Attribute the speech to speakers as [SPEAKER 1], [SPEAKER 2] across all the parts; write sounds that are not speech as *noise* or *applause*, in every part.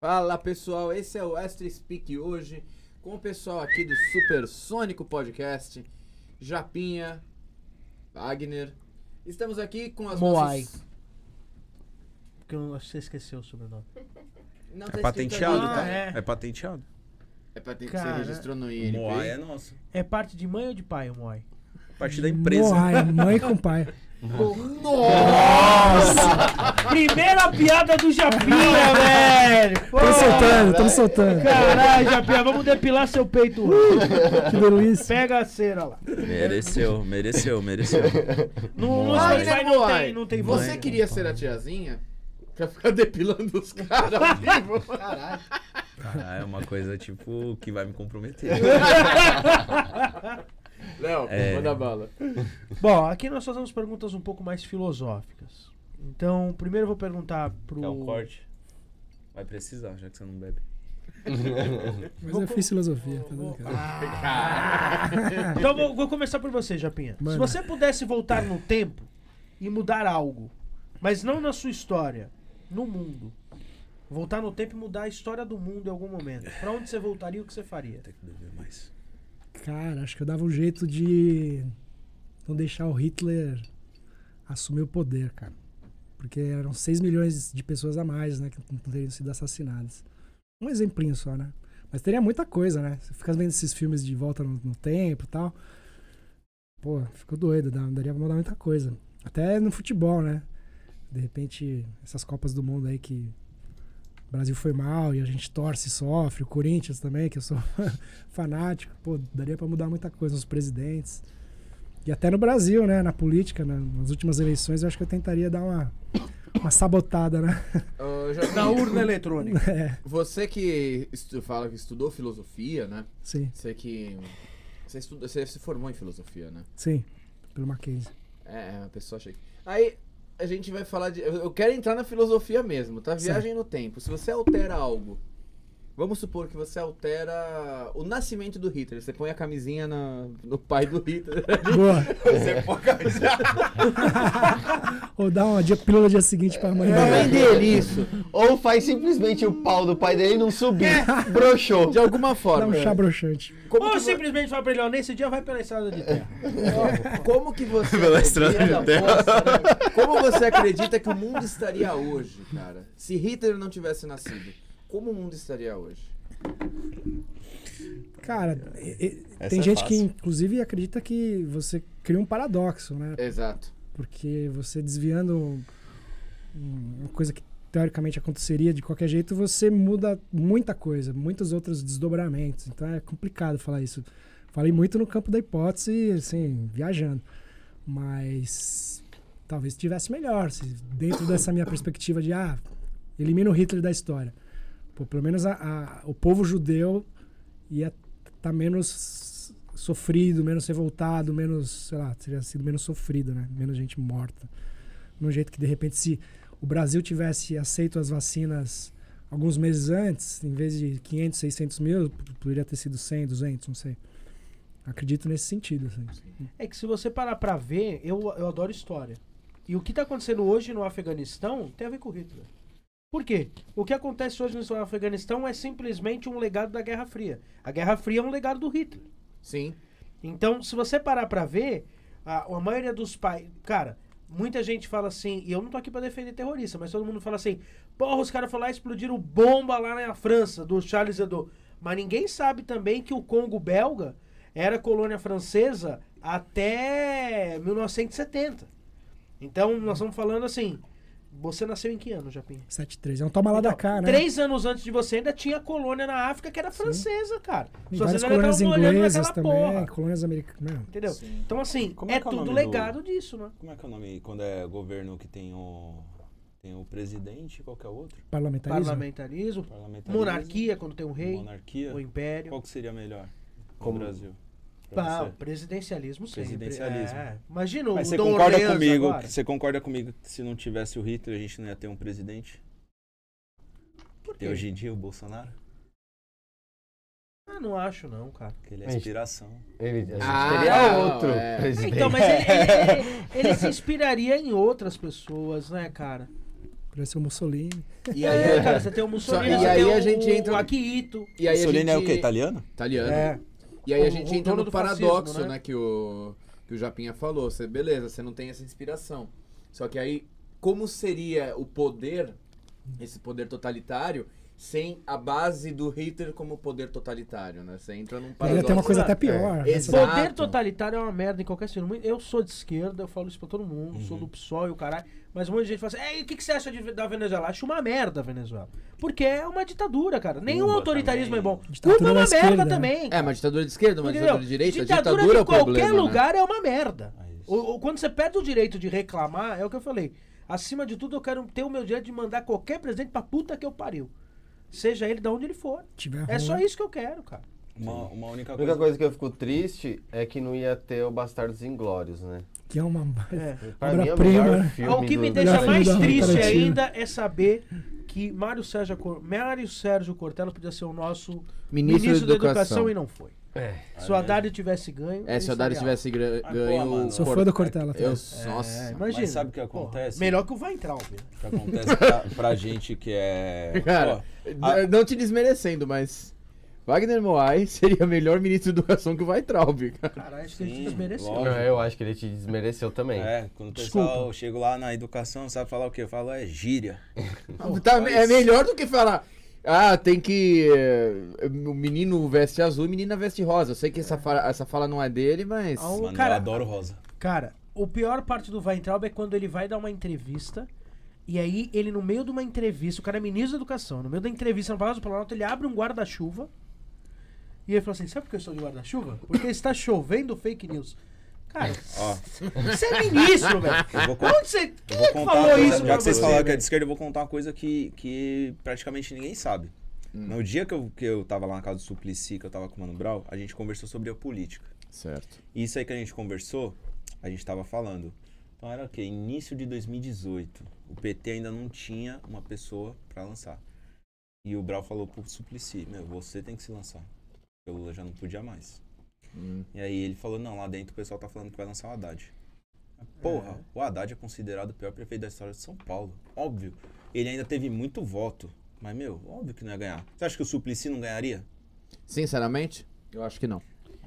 [SPEAKER 1] Fala pessoal, esse é o Astro Speak hoje com o pessoal aqui do Supersônico Podcast, Japinha, Wagner. Estamos aqui com as
[SPEAKER 2] Moai.
[SPEAKER 1] nossas.
[SPEAKER 2] Porque eu acho que você esqueceu o sobrenome.
[SPEAKER 1] Não tá
[SPEAKER 3] É
[SPEAKER 1] escrito
[SPEAKER 3] patenteado,
[SPEAKER 1] ali,
[SPEAKER 3] tá?
[SPEAKER 2] é.
[SPEAKER 3] É. patenteado.
[SPEAKER 1] É patente que
[SPEAKER 2] Cara.
[SPEAKER 1] você registrou no INPI.
[SPEAKER 3] Moai é nosso.
[SPEAKER 2] É parte de mãe ou de pai o Moai?
[SPEAKER 3] A partir da empresa.
[SPEAKER 4] Moai, é mãe com pai.
[SPEAKER 2] Primeira piada do Japinha, velho! Pô,
[SPEAKER 4] Tô soltando, tô soltando.
[SPEAKER 2] Caralho, Japinha, vamos depilar seu peito.
[SPEAKER 4] Que delícia.
[SPEAKER 2] Pega a cera lá.
[SPEAKER 3] Mereceu, mereceu, mereceu.
[SPEAKER 2] No, no
[SPEAKER 1] Wagner
[SPEAKER 2] Spotify não
[SPEAKER 1] Moai,
[SPEAKER 2] tem, não tem
[SPEAKER 1] Você
[SPEAKER 2] mãe.
[SPEAKER 1] queria ser a tiazinha? Pra ficar *laughs* depilando os caras ao vivo.
[SPEAKER 3] Ah, é uma coisa, tipo, que vai me comprometer.
[SPEAKER 1] Léo,
[SPEAKER 3] É.
[SPEAKER 1] manda bala.
[SPEAKER 2] Bom, aqui nós fazemos perguntas um pouco mais filosóficas. Então, primeiro eu vou perguntar pro.
[SPEAKER 3] É um corte. Vai precisar, já que você não bebe.
[SPEAKER 4] Mas eu fiz filosofia, tá dando cara.
[SPEAKER 2] Então eu vou, vou começar por você, Japinha. Se
[SPEAKER 4] Manda.
[SPEAKER 2] você pudesse voltar no tempo e mudar algo, mas não na sua história, no mundo. Voltar no tempo e mudar a história do mundo em algum momento. Pra onde você voltaria e o que você faria?
[SPEAKER 3] Tem que beber mais.
[SPEAKER 4] Cara, acho que eu dava um jeito de não deixar o Hitler assumir o poder, cara. Porque eram 6 milhões de pessoas a mais, né, que não teriam sido assassinadas. Um exemplinho só, né? Mas teria muita coisa, né? Você fica vendo esses filmes de volta no, no tempo e tal. Pô, ficou doido, dá- daria pra mudar muita coisa. Até no futebol, né? De repente, essas Copas do Mundo aí que o Brasil foi mal e a gente torce e sofre, o Corinthians também, que eu sou *laughs* fanático, pô, daria pra mudar muita coisa nos presidentes. E até no Brasil, né? Na política, na- nas últimas eleições, eu acho que eu tentaria dar uma, uma sabotada, né?
[SPEAKER 1] Ô, Jorginho,
[SPEAKER 2] Na urna eletrônica.
[SPEAKER 4] É,
[SPEAKER 1] Você que estu- fala que estudou filosofia, né?
[SPEAKER 4] sim,
[SPEAKER 1] Você que. Você, estuda, você se formou em filosofia, né?
[SPEAKER 4] sim. Pelo Mackenzie.
[SPEAKER 1] É, é uma pessoa chique. Aí a gente vai falar de. Eu eu quero entrar na filosofia mesmo, tá? Viagem no tempo. Se você altera algo, vamos supor que você altera o nascimento do Hitler. Você põe a camisinha na- no pai do Hitler.
[SPEAKER 4] Boa.
[SPEAKER 3] é
[SPEAKER 1] você põe a camisinha
[SPEAKER 4] *laughs* Ou dar uma dia, pílula dia seguinte pra mãe.
[SPEAKER 1] na mãe dele, isso.
[SPEAKER 5] Ou faz simplesmente o pau do pai dele não subir. *laughs* Broxou.
[SPEAKER 1] De alguma
[SPEAKER 4] Dá
[SPEAKER 1] forma.
[SPEAKER 4] um chá broxante.
[SPEAKER 1] Como
[SPEAKER 2] *laughs* Ou
[SPEAKER 1] que vo-
[SPEAKER 2] simplesmente fala pra ele, ó, nesse dia vai pela estrada de terra.
[SPEAKER 1] Como que *laughs* você.
[SPEAKER 3] Pela
[SPEAKER 1] acredita-
[SPEAKER 3] estrada de terra.
[SPEAKER 1] Nossa, né? Como você acredita que o mundo estaria hoje, cara? Se Hitler não tivesse nascido, como o mundo estaria hoje?
[SPEAKER 4] Cara, e- e-
[SPEAKER 3] Essa
[SPEAKER 4] tem
[SPEAKER 3] é
[SPEAKER 4] gente que
[SPEAKER 3] fácil.
[SPEAKER 4] inclusive acredita que você cria um paradoxo, né?
[SPEAKER 1] Exato.
[SPEAKER 4] Porque você desviando um- um- uma coisa que teoricamente aconteceria de qualquer jeito, você muda muita coisa, muitos outros desdobramentos. Então é complicado falar isso. Falei muito no campo da hipótese, assim, viajando. Mas talvez tivesse melhor, se dentro dessa minha perspectiva de, ah, elimina o Hitler da história. Pô, pelo menos a- a- o povo judeu ia estar tá menos sofrido, menos revoltado, menos, sei lá, teria sido menos sofrido, né? Menos gente morta. Num jeito que, de repente, se o Brasil tivesse aceito as vacinas alguns meses antes, em vez de 500, 600 mil, p- poderia ter sido 100, 200, não sei. Acredito nesse sentido, assim.
[SPEAKER 2] É que se você parar pra ver, eu, eu adoro história. E o que tá acontecendo hoje no Afeganistão tem a ver com Hitler. Por quê? O que acontece hoje no Afeganistão é simplesmente um legado da Guerra Fria. A Guerra Fria é um legado do Hitler.
[SPEAKER 1] Sim.
[SPEAKER 2] Então, se você parar pra ver, a, a maioria dos pais. Cara, muita gente fala assim, e eu não tô aqui pra defender terrorista, mas todo mundo fala assim: porra, os caras foram lá e explodiram bomba lá na França, do Charles Hebdo. Mas ninguém sabe também que o Congo belga era colônia francesa até 1970. Então, nós estamos falando assim. Você nasceu em que ano, Japinha?
[SPEAKER 4] 7-3. É um toma lá da
[SPEAKER 2] Então,
[SPEAKER 4] cá, né?
[SPEAKER 2] Três anos antes de você ainda tinha colônia na África que era francesa, cara.
[SPEAKER 4] Em
[SPEAKER 2] Só
[SPEAKER 4] várias
[SPEAKER 2] vocês ainda
[SPEAKER 4] colônias
[SPEAKER 2] estavam olhando
[SPEAKER 4] inglesas
[SPEAKER 2] naquela
[SPEAKER 4] também, é,
[SPEAKER 2] porra.
[SPEAKER 4] colônias americanas.
[SPEAKER 2] Entendeu?
[SPEAKER 1] Sim.
[SPEAKER 2] Então, assim,
[SPEAKER 3] Como
[SPEAKER 2] é,
[SPEAKER 3] é que é o
[SPEAKER 2] tudo
[SPEAKER 3] nome do-
[SPEAKER 2] legado disso, né?
[SPEAKER 3] Como é que é o nome quando é governo que tem o. Tem o presidente e qualquer outro?
[SPEAKER 4] Parlamentarismo?
[SPEAKER 2] Parlamentarismo,
[SPEAKER 3] Parlamentarismo.
[SPEAKER 2] monarquia, quando tem um rei,
[SPEAKER 3] Monarquia.
[SPEAKER 2] o império.
[SPEAKER 3] Qual que seria melhor
[SPEAKER 5] Como-
[SPEAKER 3] no Brasil? Pra
[SPEAKER 2] Pá,
[SPEAKER 3] você?
[SPEAKER 2] presidencialismo sempre.
[SPEAKER 3] Presidencialismo.
[SPEAKER 2] É. Imagina o
[SPEAKER 3] Mas você
[SPEAKER 2] Dom
[SPEAKER 3] concorda
[SPEAKER 2] Orleans
[SPEAKER 3] comigo?
[SPEAKER 2] agora.
[SPEAKER 3] Você concorda comigo que se não tivesse o Hitler a gente não ia ter um presidente?
[SPEAKER 2] Por
[SPEAKER 3] Tem
[SPEAKER 2] quê?
[SPEAKER 3] hoje em dia o Bolsonaro?
[SPEAKER 2] Ah, não acho não, cara.
[SPEAKER 3] Que ele é
[SPEAKER 5] Mas-
[SPEAKER 3] inspiração.
[SPEAKER 5] Ele, a gente
[SPEAKER 1] Ah,
[SPEAKER 5] teria
[SPEAKER 1] não,
[SPEAKER 5] outro
[SPEAKER 1] é.
[SPEAKER 2] Ah, *laughs*
[SPEAKER 5] presidente.
[SPEAKER 2] Então, mas ele, ele- ele- ele se inspiraria em outras pessoas, né, cara?
[SPEAKER 4] Podia ser o Mussolini.
[SPEAKER 1] E aí, *laughs*
[SPEAKER 2] É, cara, você tem o Mussolini,
[SPEAKER 1] Só- e
[SPEAKER 2] você
[SPEAKER 1] aí
[SPEAKER 2] tem
[SPEAKER 1] a
[SPEAKER 2] o-
[SPEAKER 1] gente entra-
[SPEAKER 2] o Akihito.
[SPEAKER 1] e aí a
[SPEAKER 3] Mussolini é o
[SPEAKER 1] gente-
[SPEAKER 3] quê? Italiano?
[SPEAKER 1] Italiano.
[SPEAKER 2] É.
[SPEAKER 1] E aí a
[SPEAKER 2] O-
[SPEAKER 1] gente
[SPEAKER 2] o
[SPEAKER 1] entra
[SPEAKER 2] dono
[SPEAKER 1] no
[SPEAKER 2] do
[SPEAKER 1] paradoxo,
[SPEAKER 2] fascismo, né?
[SPEAKER 1] né? que, o, que o Japinha falou. Você, beleza, você não tem essa inspiração. Só que aí, como seria o poder, esse poder totalitário, sem a base do Hitler como poder totalitário, né? Você entra num
[SPEAKER 4] Poderia
[SPEAKER 1] paradoxo.
[SPEAKER 4] ter uma coisa até
[SPEAKER 2] Exato.
[SPEAKER 4] pior.
[SPEAKER 1] É.
[SPEAKER 4] né? Só-
[SPEAKER 1] Exato.
[SPEAKER 2] Poder totalitário é uma merda em qualquer sentido. Eu sou de esquerda, eu falo isso pra todo mundo, sou do PSOL e o caralho. Mas um monte de gente fala assim: "Ei, o que, que você acha de- da Venezuela? Acho uma merda a Venezuela. Porque é uma ditadura, cara. Nenhum
[SPEAKER 3] Cuba
[SPEAKER 2] autoritarismo
[SPEAKER 3] também.
[SPEAKER 2] é bom.
[SPEAKER 4] Ditadura
[SPEAKER 2] Cuba é
[SPEAKER 4] da
[SPEAKER 2] uma
[SPEAKER 4] esquerda,
[SPEAKER 2] merda
[SPEAKER 4] né?
[SPEAKER 2] também.
[SPEAKER 1] É, uma ditadura de esquerda, uma
[SPEAKER 2] Entendeu?
[SPEAKER 1] ditadura de direita,
[SPEAKER 2] ditadura
[SPEAKER 1] ditadura, ditadura é
[SPEAKER 2] de
[SPEAKER 1] o
[SPEAKER 2] qualquer
[SPEAKER 1] problema, né?
[SPEAKER 2] lugar é uma merda.
[SPEAKER 3] Ah, isso.
[SPEAKER 2] O- o- quando você perde o direito de reclamar, é o que eu falei. Acima de tudo, eu quero ter o meu direito de mandar qualquer presidente pra puta que eu pariu. Seja ele de onde ele for.
[SPEAKER 4] Tiver
[SPEAKER 2] É
[SPEAKER 4] ruim.
[SPEAKER 2] só isso que eu quero, cara.
[SPEAKER 3] Uma, uma única
[SPEAKER 5] A
[SPEAKER 3] coisa.
[SPEAKER 5] única coisa que eu fico triste é que não ia ter o Bastardos Inglórios, né?
[SPEAKER 4] Que é uma.
[SPEAKER 5] Pra mim é o
[SPEAKER 4] Obra-prima,
[SPEAKER 5] melhor
[SPEAKER 4] né?
[SPEAKER 5] filme
[SPEAKER 2] o que me
[SPEAKER 5] do-
[SPEAKER 2] deixa
[SPEAKER 4] Melhor
[SPEAKER 2] mais
[SPEAKER 4] filme do
[SPEAKER 2] triste
[SPEAKER 4] Tarantino.
[SPEAKER 2] ainda é saber que Mário Sérgio, Cor- Mário Sérgio Cortella podia ser o nosso
[SPEAKER 1] Ministro
[SPEAKER 2] ministro,
[SPEAKER 1] da
[SPEAKER 2] da, educação.
[SPEAKER 1] Educação
[SPEAKER 2] e não foi.
[SPEAKER 5] É.
[SPEAKER 2] Se o
[SPEAKER 3] né,
[SPEAKER 2] Haddad tivesse ganho.
[SPEAKER 1] É, se o
[SPEAKER 2] ele
[SPEAKER 1] Haddad
[SPEAKER 2] estaria
[SPEAKER 1] tivesse gra-
[SPEAKER 3] Ah, pô,
[SPEAKER 1] ganho...
[SPEAKER 3] mano.
[SPEAKER 1] o
[SPEAKER 4] Sou
[SPEAKER 1] Cor-
[SPEAKER 4] fã do Cortella. tá?
[SPEAKER 1] Eu,
[SPEAKER 4] também.
[SPEAKER 2] lá. É,
[SPEAKER 1] nossa.
[SPEAKER 2] imagina.
[SPEAKER 3] Mas sabe o que
[SPEAKER 2] Porra,
[SPEAKER 3] acontece?
[SPEAKER 2] melhor que o Weintraub. né?
[SPEAKER 3] O que acontece pra, pra gente que é.
[SPEAKER 2] *laughs*
[SPEAKER 1] Cara,
[SPEAKER 3] a-
[SPEAKER 1] n- não te desmerecendo, mas... Wagner Moai *laughs* seria melhor ministro de educação que o Weitraub, cara.
[SPEAKER 2] Caralho, acho que a
[SPEAKER 3] Sim,
[SPEAKER 2] gente desmereceu.
[SPEAKER 3] lógico.
[SPEAKER 5] É, Eu acho que ele te desmereceu
[SPEAKER 3] Pô,
[SPEAKER 5] também.
[SPEAKER 3] é, quando o
[SPEAKER 2] Desculpa.
[SPEAKER 3] pessoal eu chego lá na educação, sabe falar o que? Eu falo, é gíria.
[SPEAKER 1] *laughs* Tá-
[SPEAKER 3] mas-
[SPEAKER 1] é melhor do que falar. Ah, tem que. eh, O menino veste azul e menina veste rosa. Eu sei que essa fala, essa fala não é dele, mas.
[SPEAKER 2] Ah, o-
[SPEAKER 3] Mano,
[SPEAKER 2] cara,
[SPEAKER 3] eu adoro rosa.
[SPEAKER 2] *laughs* Cara, o pior parte do Weintraub é quando ele vai dar uma entrevista. E aí, ele, no meio de uma entrevista, o cara é ministro da educação, no meio da entrevista no Palácio do Planalto, ele abre um guarda-chuva. E ele fala assim: Sabe por que eu estou de guarda-chuva? Porque está chovendo fake news. Cara,
[SPEAKER 3] Ó.
[SPEAKER 2] você é ministro, velho.
[SPEAKER 3] Eu vou, con-
[SPEAKER 2] Onde você.
[SPEAKER 3] eu
[SPEAKER 2] Quem
[SPEAKER 3] vou
[SPEAKER 2] é que
[SPEAKER 3] contar
[SPEAKER 2] falou
[SPEAKER 3] uma coisa,
[SPEAKER 2] isso
[SPEAKER 3] Já
[SPEAKER 2] pra
[SPEAKER 3] que
[SPEAKER 2] você?
[SPEAKER 3] vocês falaram que é
[SPEAKER 2] velho?
[SPEAKER 3] de esquerda, eu vou contar uma coisa que, que praticamente ninguém sabe.
[SPEAKER 2] Hum.
[SPEAKER 3] No dia que eu, que eu tava lá na casa do Suplicy, que eu tava com o Mano Brau, a gente conversou sobre a política.
[SPEAKER 1] Certo.
[SPEAKER 3] E isso aí que a gente conversou, a gente tava falando. Então era o quê? Início de 2018. O PT ainda não tinha uma pessoa pra lançar. E o Brau falou pro Suplicy, meu, você tem que se lançar. Porque o Lula já não podia mais.
[SPEAKER 1] Hum.
[SPEAKER 3] E aí ele falou, não, lá dentro o pessoal tá falando que vai lançar o Haddad. Porra, o Haddad é considerado o pior prefeito da história de São Paulo. Óbvio. Ele ainda teve muito voto. Mas, meu, óbvio que não ia ganhar. Você acha que o Suplicy não ganharia?
[SPEAKER 1] Sinceramente, eu acho que não.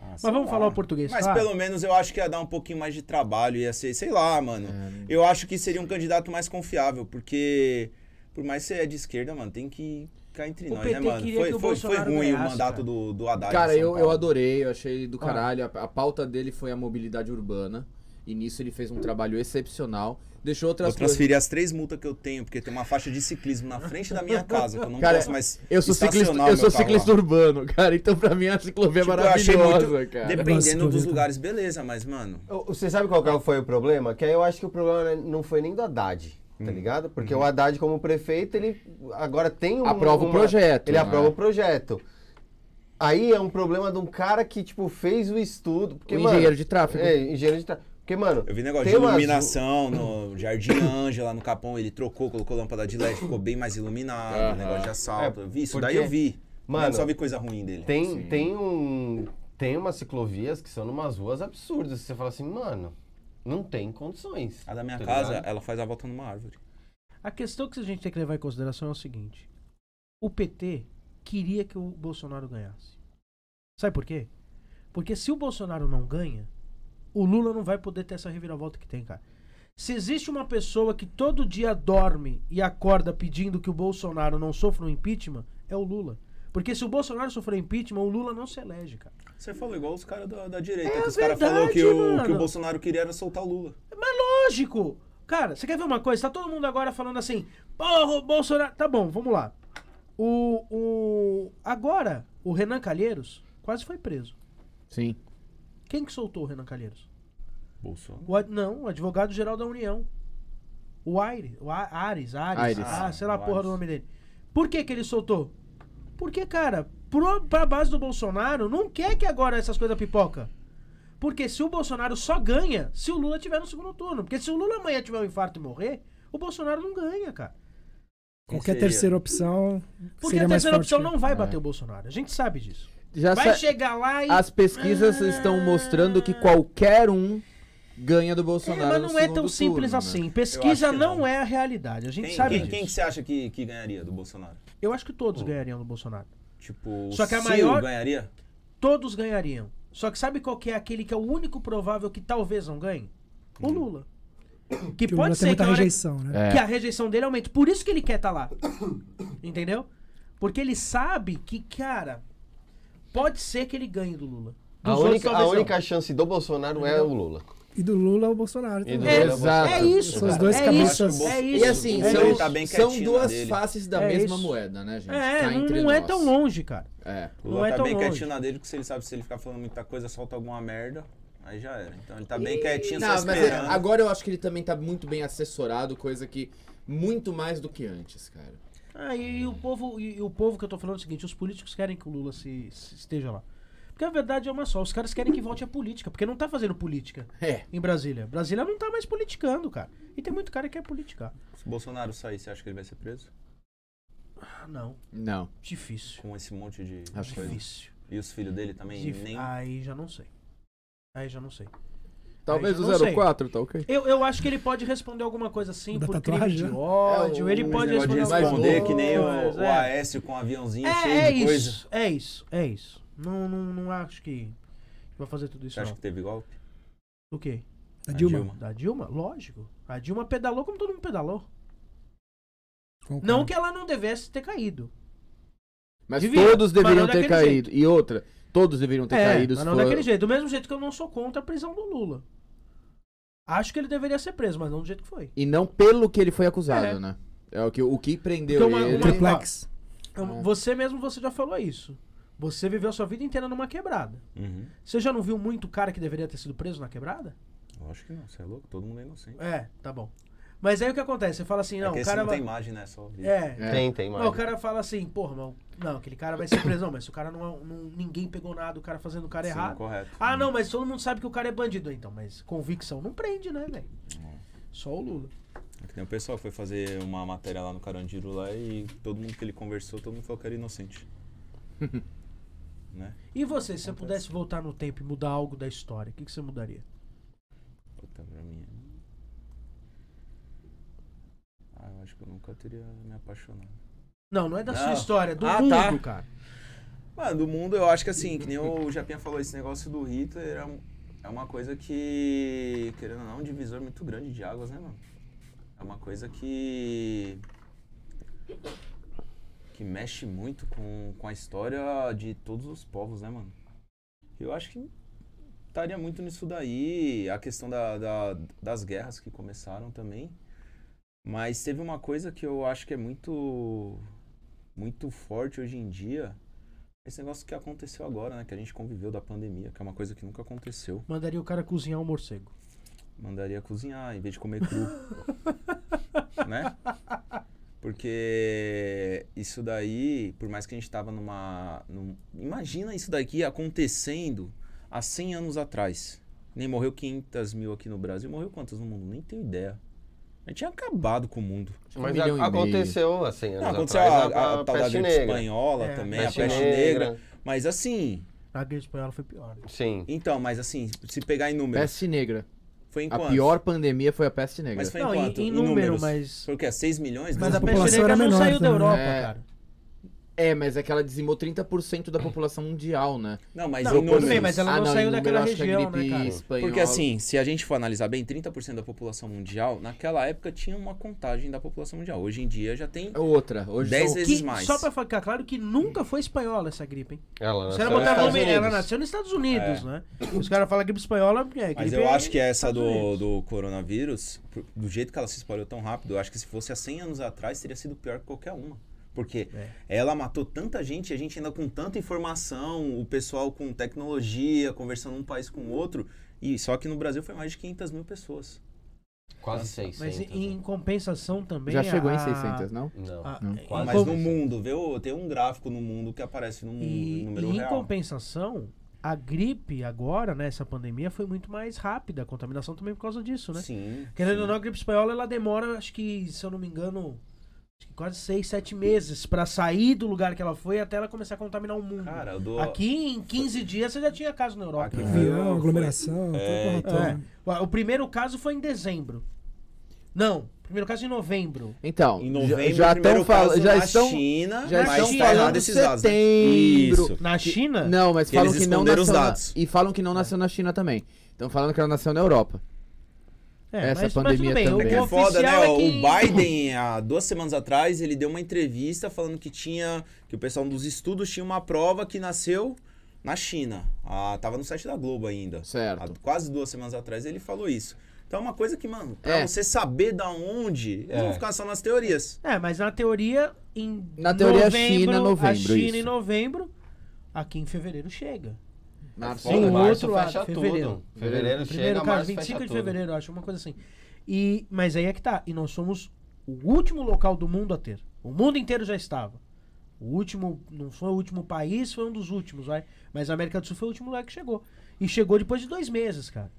[SPEAKER 3] Mas
[SPEAKER 2] vamos falar o português,
[SPEAKER 3] Mas
[SPEAKER 2] claro.
[SPEAKER 3] pelo menos eu acho que ia dar um pouquinho mais de trabalho, ia ser, sei lá, mano. Eu acho que seria um candidato mais confiável, porque por mais que você é de esquerda, mano, tem que ficar entre
[SPEAKER 2] O
[SPEAKER 3] nós,
[SPEAKER 2] PT
[SPEAKER 3] né, mano?
[SPEAKER 2] queria
[SPEAKER 3] Foi,
[SPEAKER 2] que o
[SPEAKER 3] foi, foi
[SPEAKER 2] Bolsonaro
[SPEAKER 3] ruim o
[SPEAKER 2] ganhasse,
[SPEAKER 3] mandato
[SPEAKER 2] cara.
[SPEAKER 3] do, do Haddad. em
[SPEAKER 1] Cara,
[SPEAKER 3] São
[SPEAKER 1] eu, eu
[SPEAKER 3] Paulo.
[SPEAKER 1] adorei, eu achei
[SPEAKER 4] Ah.
[SPEAKER 1] do
[SPEAKER 2] Ó.
[SPEAKER 1] caralho. A, a pauta dele foi a mobilidade urbana. E nisso ele fez um trabalho excepcional. Deixou
[SPEAKER 3] Eu
[SPEAKER 1] outras coisas.
[SPEAKER 3] transferi as três multas que eu tenho, porque tem uma faixa de ciclismo na frente da minha casa, que eu
[SPEAKER 1] *laughs*
[SPEAKER 3] não
[SPEAKER 1] Cara,
[SPEAKER 3] posso mais.
[SPEAKER 1] Eu sou
[SPEAKER 3] estacionar
[SPEAKER 1] ciclista, eu
[SPEAKER 3] o é meu
[SPEAKER 1] sou
[SPEAKER 3] carro lá.
[SPEAKER 1] ciclista urbano, cara. Então pra mim a ciclovia é
[SPEAKER 3] Tipo, eu achei
[SPEAKER 1] maravilhosa,
[SPEAKER 3] muito-
[SPEAKER 1] cara.
[SPEAKER 4] Nossa,
[SPEAKER 3] Dependendo dos
[SPEAKER 4] bonito.
[SPEAKER 3] lugares, beleza, mas, mano.
[SPEAKER 5] Eu- Você sabe qual que foi o problema? Que aí eu acho que o problema não foi nem do Haddad, tá ligado? Porque o Haddad, como prefeito, ele agora tem um.
[SPEAKER 1] Aprova o projeto,
[SPEAKER 5] Ele
[SPEAKER 1] né?
[SPEAKER 5] aprova o projeto. Aí é um problema de um cara que, tipo, fez o estudo. Porque,
[SPEAKER 1] Um
[SPEAKER 5] mano,
[SPEAKER 1] engenheiro de tráfego.
[SPEAKER 5] É, engenheiro de tráfego. Porque, mano.
[SPEAKER 3] Eu vi negócio
[SPEAKER 5] tem
[SPEAKER 3] de
[SPEAKER 5] umas-
[SPEAKER 3] iluminação no Jardim Ângela, no Capão, ele trocou, colocou lâmpada de LED, ficou bem mais iluminado,
[SPEAKER 1] Aham.
[SPEAKER 3] negócio de assalto.
[SPEAKER 5] É,
[SPEAKER 3] eu vi isso,
[SPEAKER 5] porque-
[SPEAKER 3] daí eu vi. Mano,
[SPEAKER 5] Mano,
[SPEAKER 3] só vi coisa ruim dele.
[SPEAKER 5] Tem, tem um. Tem umas ciclovias que são numas ruas absurdas. Você fala assim, mano, não tem condições.
[SPEAKER 3] A da minha
[SPEAKER 5] tá
[SPEAKER 3] casa,
[SPEAKER 5] ligado?
[SPEAKER 3] ela faz a volta numa árvore.
[SPEAKER 2] A questão que a gente tem que levar em consideração é o seguinte: o PT queria que o Bolsonaro ganhasse. Sabe por quê? Porque se o Bolsonaro não ganha, o Lula não vai poder ter essa reviravolta que tem, cara. Se existe uma pessoa que todo dia dorme e acorda pedindo que o Bolsonaro não sofra um impeachment, é o Lula. Porque se o Bolsonaro sofrer impeachment, o Lula não se elege, cara.
[SPEAKER 3] Você falou igual os caras da, da direita,
[SPEAKER 2] É
[SPEAKER 3] que os caras
[SPEAKER 2] verdade,
[SPEAKER 3] falaram que o,
[SPEAKER 2] mano.
[SPEAKER 3] que o Bolsonaro queria era soltar o Lula.
[SPEAKER 2] Mas lógico! Cara, você quer ver uma coisa? Tá todo mundo agora falando assim, porra, o Bolsonaro. Tá bom, vamos lá. O, o. Agora, o Renan Calheiros quase foi preso.
[SPEAKER 1] Sim.
[SPEAKER 2] Quem que soltou o Renan Calheiros?
[SPEAKER 3] Bolsonaro?
[SPEAKER 2] O ad- Não, o advogado-geral da União. O Aires, o A- Ares, Ares,
[SPEAKER 1] Aires.
[SPEAKER 2] Ah, sei lá a
[SPEAKER 3] Ah, o
[SPEAKER 2] porra do
[SPEAKER 3] Ares.
[SPEAKER 2] nome dele. Por que que ele soltou? Porque, cara, pro, pra base do Bolsonaro, não quer que agora essas coisas pipoca. Porque se o Bolsonaro só ganha se o Lula tiver no segundo turno. Porque se o Lula amanhã tiver um infarto e morrer, o Bolsonaro não ganha, cara.
[SPEAKER 4] Qualquer
[SPEAKER 3] Seria.
[SPEAKER 4] terceira opção.
[SPEAKER 2] Porque
[SPEAKER 4] seria
[SPEAKER 2] a
[SPEAKER 4] mais
[SPEAKER 2] terceira
[SPEAKER 4] forte
[SPEAKER 2] opção
[SPEAKER 4] que-
[SPEAKER 2] não vai
[SPEAKER 1] É.
[SPEAKER 2] bater o Bolsonaro. A gente sabe disso.
[SPEAKER 1] Já
[SPEAKER 2] Vai
[SPEAKER 1] sa-
[SPEAKER 2] chegar lá e.
[SPEAKER 1] As pesquisas estão mostrando que qualquer um ganha do
[SPEAKER 2] É,
[SPEAKER 1] Bolsonaro.
[SPEAKER 2] mas
[SPEAKER 1] no
[SPEAKER 2] não é
[SPEAKER 1] segundo
[SPEAKER 2] tão
[SPEAKER 1] turno,
[SPEAKER 2] simples
[SPEAKER 1] né?
[SPEAKER 2] assim. Pesquisa
[SPEAKER 3] Eu acho que
[SPEAKER 2] não.
[SPEAKER 3] não.
[SPEAKER 2] é a realidade. A gente
[SPEAKER 3] Quem,
[SPEAKER 2] sabe
[SPEAKER 3] quem,
[SPEAKER 2] disso.
[SPEAKER 3] quem que você acha que, que ganharia do Bolsonaro?
[SPEAKER 2] Eu acho que todos ganhariam do Bolsonaro.
[SPEAKER 3] Tipo, o
[SPEAKER 2] Só que a
[SPEAKER 3] Ciro
[SPEAKER 2] maior-
[SPEAKER 3] ganharia?
[SPEAKER 2] Todos ganhariam. Só que sabe qual que é aquele que é o único provável que talvez não ganhe? O Lula. Que
[SPEAKER 4] Porque Hum. o
[SPEAKER 2] pode
[SPEAKER 4] Lula tem
[SPEAKER 2] ser que
[SPEAKER 4] muita
[SPEAKER 2] a hora-
[SPEAKER 4] rejeição, né?
[SPEAKER 1] É.
[SPEAKER 2] que a rejeição dele aumente. Por isso que ele quer estar lá. Entendeu? Porque ele sabe que, cara, pode ser que ele ganhe do Lula. Dos
[SPEAKER 5] A
[SPEAKER 2] outros,
[SPEAKER 5] única, a
[SPEAKER 2] talvez não.
[SPEAKER 5] única chance do Bolsonaro é o Lula.
[SPEAKER 4] E do Lula ao Bolsonaro
[SPEAKER 5] E do
[SPEAKER 4] também.
[SPEAKER 2] É,
[SPEAKER 5] Lula ao Bolsonaro.
[SPEAKER 2] é isso,
[SPEAKER 4] Essas
[SPEAKER 2] cara.
[SPEAKER 4] duas
[SPEAKER 2] é
[SPEAKER 4] cabeças.
[SPEAKER 2] isso, é
[SPEAKER 1] E
[SPEAKER 2] isso.
[SPEAKER 1] assim,
[SPEAKER 2] é
[SPEAKER 1] são,
[SPEAKER 3] Ele tá bem
[SPEAKER 1] são
[SPEAKER 3] quietinho na
[SPEAKER 1] duas
[SPEAKER 3] dele.
[SPEAKER 1] faces da
[SPEAKER 2] É
[SPEAKER 1] mesma
[SPEAKER 2] isso.
[SPEAKER 1] moeda, né, gente?
[SPEAKER 2] É,
[SPEAKER 1] Cá
[SPEAKER 2] não,
[SPEAKER 1] entre
[SPEAKER 2] não é
[SPEAKER 1] nós.
[SPEAKER 2] tão longe, cara.
[SPEAKER 1] É.
[SPEAKER 3] O
[SPEAKER 2] Não
[SPEAKER 3] Lula
[SPEAKER 2] é
[SPEAKER 3] tá
[SPEAKER 2] tão
[SPEAKER 3] bem
[SPEAKER 2] longe.
[SPEAKER 3] quietinho na dele, porque se ele sabe se ele ficar falando muita coisa, solta alguma merda, aí já era. Então ele tá bem quietinho,
[SPEAKER 1] Não,
[SPEAKER 3] só
[SPEAKER 1] mas é,
[SPEAKER 3] esperando.
[SPEAKER 1] agora eu acho que ele também tá muito bem assessorado, coisa que muito mais do que antes, cara.
[SPEAKER 2] Ah, e, e o povo, e, e o povo que eu tô falando é o seguinte: os políticos querem que o Lula se, se- esteja lá. Porque a verdade é uma só: os caras querem que volte a política, porque não tá fazendo política
[SPEAKER 1] É.
[SPEAKER 2] em Brasília. Brasília não tá mais politicando, cara. E tem muito cara que quer politicar.
[SPEAKER 3] Se o Bolsonaro sair, você acha que ele vai ser preso?
[SPEAKER 2] Ah, não.
[SPEAKER 1] Não.
[SPEAKER 2] Difícil.
[SPEAKER 3] Com esse monte de
[SPEAKER 4] Ah.
[SPEAKER 1] Acho que
[SPEAKER 3] coisa.
[SPEAKER 2] Difícil.
[SPEAKER 3] E os filhos dele também?
[SPEAKER 2] Dif-
[SPEAKER 3] Nem...
[SPEAKER 2] Aí já não sei. Aí já não sei.
[SPEAKER 1] Talvez
[SPEAKER 2] Aí,
[SPEAKER 1] o
[SPEAKER 2] não sei.
[SPEAKER 1] 04, tá ok?
[SPEAKER 2] Eu, eu acho que ele pode responder alguma coisa assim
[SPEAKER 4] Da
[SPEAKER 2] por
[SPEAKER 4] tatuagem,
[SPEAKER 2] crime de
[SPEAKER 4] né?
[SPEAKER 2] ódio.
[SPEAKER 1] É,
[SPEAKER 2] ele
[SPEAKER 1] o-
[SPEAKER 2] pode
[SPEAKER 3] Esse negócio de
[SPEAKER 2] responder,
[SPEAKER 1] responder alguma
[SPEAKER 3] responder que nem o,
[SPEAKER 2] coisa,
[SPEAKER 3] o
[SPEAKER 2] é.
[SPEAKER 3] Aécio com um aviãozinho
[SPEAKER 2] É,
[SPEAKER 3] cheio
[SPEAKER 2] é
[SPEAKER 3] de coisa.
[SPEAKER 2] isso, é isso, é isso. Não, não, não acho que vai fazer tudo isso
[SPEAKER 3] Você acha
[SPEAKER 2] não.
[SPEAKER 3] que teve golpe?
[SPEAKER 2] O quê?
[SPEAKER 4] É. Da
[SPEAKER 3] A
[SPEAKER 4] Dilma.
[SPEAKER 2] Da Dilma? Lógico. A Dilma pedalou como todo mundo pedalou.
[SPEAKER 4] Concordo.
[SPEAKER 2] Não que ela não devesse ter caído.
[SPEAKER 1] Mas
[SPEAKER 2] Devia,
[SPEAKER 1] todos
[SPEAKER 2] mas
[SPEAKER 1] deveriam
[SPEAKER 2] não
[SPEAKER 1] ter
[SPEAKER 2] daquele
[SPEAKER 1] caído. E outra, todos deveriam ter
[SPEAKER 2] é,
[SPEAKER 1] caído.
[SPEAKER 2] mas
[SPEAKER 1] se
[SPEAKER 2] não
[SPEAKER 1] for-
[SPEAKER 2] daquele jeito. Do mesmo jeito que eu não sou contra a prisão do Lula. Acho que ele deveria ser preso, mas não do jeito que foi.
[SPEAKER 1] E não pelo que ele foi acusado,
[SPEAKER 2] É.
[SPEAKER 1] né? É o que, o que prendeu
[SPEAKER 2] Então, uma-
[SPEAKER 1] ele.
[SPEAKER 4] O triplex.
[SPEAKER 2] Eu-
[SPEAKER 1] É.
[SPEAKER 2] Você mesmo, você já falou isso. Você viveu a sua vida inteira numa quebrada.
[SPEAKER 3] Uhum.
[SPEAKER 2] Você já não viu muito cara que deveria ter sido preso na quebrada?
[SPEAKER 3] Eu acho que não, você é louco, todo mundo é inocente.
[SPEAKER 2] É, tá bom. Mas aí o que acontece? Você fala assim, não,
[SPEAKER 3] Não, é que
[SPEAKER 2] o
[SPEAKER 3] esse
[SPEAKER 2] cara
[SPEAKER 3] não
[SPEAKER 2] vai...
[SPEAKER 3] tem imagem, né? Só vídeo.
[SPEAKER 2] É.
[SPEAKER 1] É.
[SPEAKER 5] Tem, tem mais.
[SPEAKER 2] Não, o cara fala assim, porra, mas o- não, aquele cara vai ser *coughs* preso. Não, mas se o cara não, é- não- Ninguém pegou nada, o cara fazendo o cara
[SPEAKER 3] Sim,
[SPEAKER 2] errado.
[SPEAKER 3] correto.
[SPEAKER 2] Ah, não, mas todo mundo sabe que o cara é bandido. Então, mas convicção não prende, né, velho? Só o Lula.
[SPEAKER 3] É que Tem um pessoal que foi fazer uma matéria lá no Carandiru lá e todo mundo que ele conversou, todo mundo falou que
[SPEAKER 2] *laughs*
[SPEAKER 3] era inocente. né?
[SPEAKER 2] E você, se você
[SPEAKER 3] Acontece.
[SPEAKER 2] pudesse voltar no tempo e mudar algo da história, o que, que você mudaria?
[SPEAKER 3] Puta, pra mim. é- Ah, eu acho que eu nunca teria me apaixonado.
[SPEAKER 2] Não, não é da sua
[SPEAKER 3] Não.
[SPEAKER 2] história, é do
[SPEAKER 3] Ah,
[SPEAKER 2] mundo,
[SPEAKER 3] tá.
[SPEAKER 2] cara.
[SPEAKER 3] Mano, do mundo eu acho que assim, que nem o Japinha falou, esse negócio do Hitler é, um- é uma coisa que, querendo ou não, é um divisor muito grande de águas, né, mano? É uma coisa que. que mexe muito com, com a história de todos os povos, né, mano? Eu acho que estaria muito nisso daí, a questão da- da, das guerras que começaram também. Mas teve uma coisa que eu acho que é muito. muito forte hoje em dia esse negócio que aconteceu agora, né? Que a gente conviveu da pandemia, que é uma coisa que nunca aconteceu.
[SPEAKER 2] Mandaria o cara cozinhar um morcego.
[SPEAKER 3] Mandaria cozinhar em vez de comer cru. *laughs* né? Porque isso daí, por mais que a gente tava numa. num- imagina isso daqui acontecendo há 100 anos atrás. Nem morreu 500 mil aqui no Brasil. Morreu quantas no mundo? Nem tenho ideia. A gente tinha acabado com o mundo.
[SPEAKER 1] Um
[SPEAKER 5] Mas
[SPEAKER 1] milhão e
[SPEAKER 5] a- aconteceu assim,
[SPEAKER 3] Não,
[SPEAKER 5] anos
[SPEAKER 3] aconteceu
[SPEAKER 5] atrás,
[SPEAKER 3] a, a, tal da
[SPEAKER 5] peste
[SPEAKER 3] gripe
[SPEAKER 5] negra.
[SPEAKER 3] espanhola
[SPEAKER 2] É,
[SPEAKER 3] também,
[SPEAKER 5] Peste
[SPEAKER 3] a peste negra.
[SPEAKER 5] negra.
[SPEAKER 3] Mas assim,
[SPEAKER 2] A guerra espanhola foi pior.
[SPEAKER 5] Sim.
[SPEAKER 3] Então, mas assim, se pegar em números,
[SPEAKER 1] Peste negra.
[SPEAKER 3] foi em
[SPEAKER 1] A
[SPEAKER 3] quanto?
[SPEAKER 1] pior pandemia foi a peste negra.
[SPEAKER 3] Mas foi em
[SPEAKER 2] Não, em-
[SPEAKER 3] quanto?
[SPEAKER 2] em
[SPEAKER 3] Em
[SPEAKER 2] número,
[SPEAKER 3] números?
[SPEAKER 2] mas-
[SPEAKER 3] Foi o quê? 6 milhões?
[SPEAKER 2] Mas
[SPEAKER 4] a
[SPEAKER 2] a
[SPEAKER 4] população
[SPEAKER 2] peste negra
[SPEAKER 4] era
[SPEAKER 2] não
[SPEAKER 4] menor
[SPEAKER 2] saiu da
[SPEAKER 4] também, né?
[SPEAKER 2] Europa,
[SPEAKER 1] É.
[SPEAKER 2] cara.
[SPEAKER 1] É, mas é que ela dizimou 30% da população mundial, né?
[SPEAKER 3] Não, mas
[SPEAKER 2] Não,
[SPEAKER 3] em
[SPEAKER 2] tudo
[SPEAKER 3] números.
[SPEAKER 2] bem, mas ela
[SPEAKER 1] Ah,
[SPEAKER 2] não,
[SPEAKER 1] não, em
[SPEAKER 2] saiu
[SPEAKER 1] número,
[SPEAKER 2] daquela
[SPEAKER 1] acho que a
[SPEAKER 2] região, né,
[SPEAKER 1] gripe
[SPEAKER 2] cara?
[SPEAKER 1] espanhola-
[SPEAKER 3] Porque assim, se a gente for analisar bem, 30% da população mundial, naquela época tinha uma contagem da população mundial. Hoje em dia já tem
[SPEAKER 1] É Outra. Hoje
[SPEAKER 3] Dez
[SPEAKER 1] são...
[SPEAKER 3] vezes-
[SPEAKER 2] Que,
[SPEAKER 3] mais.
[SPEAKER 2] só pra ficar claro que nunca foi espanhola essa gripe, hein?
[SPEAKER 5] Ela
[SPEAKER 2] Os
[SPEAKER 5] nasceu
[SPEAKER 2] caras
[SPEAKER 5] nos
[SPEAKER 2] botaram
[SPEAKER 5] Estados
[SPEAKER 2] nome, ela
[SPEAKER 5] Unidos.
[SPEAKER 2] nasceu nos Estados Unidos, né? Os caras falam gripe espanhola, é,
[SPEAKER 3] É. Mas
[SPEAKER 2] gripe
[SPEAKER 3] eu
[SPEAKER 2] é
[SPEAKER 3] acho que essa
[SPEAKER 2] Estados
[SPEAKER 3] do,
[SPEAKER 2] Unidos.
[SPEAKER 3] do coronavírus, por- do jeito que ela se espalhou tão rápido, eu acho que se fosse há 100 anos atrás, teria sido pior que qualquer uma. Porque
[SPEAKER 2] É.
[SPEAKER 3] ela matou tanta gente, a gente ainda com tanta informação, o pessoal com tecnologia, conversando um país com o outro, e só que no Brasil foi mais de 500 mil pessoas.
[SPEAKER 5] Quase
[SPEAKER 2] Ah, Mas
[SPEAKER 5] 600.
[SPEAKER 2] em, em compensação também.
[SPEAKER 1] Já chegou em
[SPEAKER 2] a-
[SPEAKER 1] 600, não?
[SPEAKER 5] Não.
[SPEAKER 2] a- é,
[SPEAKER 1] Não.
[SPEAKER 2] em
[SPEAKER 3] Mas
[SPEAKER 2] com-
[SPEAKER 3] no mundo, viu? Tem um gráfico no mundo que aparece num
[SPEAKER 2] E,
[SPEAKER 3] um número
[SPEAKER 2] e em
[SPEAKER 3] real.
[SPEAKER 2] compensação, a gripe agora, né, essa pandemia, foi muito mais rápida. A contaminação também por causa disso, né?
[SPEAKER 3] Sim.
[SPEAKER 2] Querendo
[SPEAKER 3] sim.
[SPEAKER 2] ou não, a gripe espanhola, ela demora, acho que, se eu não me engano, acho acho que quase seis, sete meses pra sair do lugar que ela foi até ela começar a contaminar o mundo.
[SPEAKER 3] Cara, eu dou.
[SPEAKER 2] Aqui em 15 dias você já tinha caso na Europa.
[SPEAKER 3] Aqui
[SPEAKER 2] né?
[SPEAKER 1] É.
[SPEAKER 3] foi-
[SPEAKER 4] Avião, aglomeração,
[SPEAKER 3] É,
[SPEAKER 4] tá porra toda.
[SPEAKER 2] O o primeiro caso foi em dezembro. Não, o primeiro caso em novembro.
[SPEAKER 1] Então,
[SPEAKER 3] Em novembro,
[SPEAKER 1] já, já
[SPEAKER 3] primeiro
[SPEAKER 1] estão falando.
[SPEAKER 3] caso
[SPEAKER 1] Já
[SPEAKER 3] na
[SPEAKER 1] estão,
[SPEAKER 3] China,
[SPEAKER 1] já
[SPEAKER 3] mas
[SPEAKER 1] estão
[SPEAKER 3] tá errado
[SPEAKER 1] falando
[SPEAKER 3] esses dados, né?
[SPEAKER 1] setembro.
[SPEAKER 3] Isso.
[SPEAKER 2] Na China?
[SPEAKER 1] Não, mas
[SPEAKER 3] Que
[SPEAKER 1] falam
[SPEAKER 3] eles
[SPEAKER 1] que não
[SPEAKER 3] esconderam
[SPEAKER 1] nasceu
[SPEAKER 3] os
[SPEAKER 1] na-
[SPEAKER 3] dados.
[SPEAKER 1] e falam que não nasceu na China também. Estão falando que ela nasceu na Europa.
[SPEAKER 2] É,
[SPEAKER 1] Essa
[SPEAKER 2] mas- mas
[SPEAKER 1] pandemia
[SPEAKER 2] tudo bem,
[SPEAKER 1] também.
[SPEAKER 3] É
[SPEAKER 2] o
[SPEAKER 3] que é foda, né?
[SPEAKER 2] oficial é
[SPEAKER 3] ó,
[SPEAKER 2] que-
[SPEAKER 3] O Biden, há duas semanas atrás, ele deu uma entrevista falando que tinha. que o pessoal dos estudos tinha uma prova que nasceu na China. Ah, tava no site da Globo ainda. Há
[SPEAKER 1] Certo.
[SPEAKER 3] quase duas semanas atrás ele falou isso. Então é uma coisa que, mano, pra
[SPEAKER 1] É.
[SPEAKER 3] você saber da onde, eles
[SPEAKER 5] É.
[SPEAKER 3] vão ficar só nas teorias.
[SPEAKER 2] É, mas na teoria, em
[SPEAKER 1] Na teoria, a
[SPEAKER 2] novembro,
[SPEAKER 1] China,
[SPEAKER 2] A
[SPEAKER 1] novembro,
[SPEAKER 2] China em
[SPEAKER 1] isso.
[SPEAKER 2] novembro, aqui em fevereiro chega.
[SPEAKER 3] Ah, é
[SPEAKER 1] Março.
[SPEAKER 2] Sim,
[SPEAKER 5] Foda,
[SPEAKER 2] o
[SPEAKER 5] março
[SPEAKER 2] outro lado,
[SPEAKER 5] fecha tudo.
[SPEAKER 2] fevereiro.
[SPEAKER 5] Fevereiro
[SPEAKER 2] Primeiro
[SPEAKER 5] chega,
[SPEAKER 2] caso,
[SPEAKER 5] março
[SPEAKER 2] 25
[SPEAKER 5] fecha
[SPEAKER 2] de
[SPEAKER 5] tudo.
[SPEAKER 2] fevereiro, eu acho, uma coisa assim. E, mas aí é que tá. E nós somos o último local do mundo a ter. O mundo inteiro já estava. O último, não foi o último país, foi um dos últimos, vai. Mas a América do Sul foi o último lugar que chegou. E chegou depois de dois meses, cara.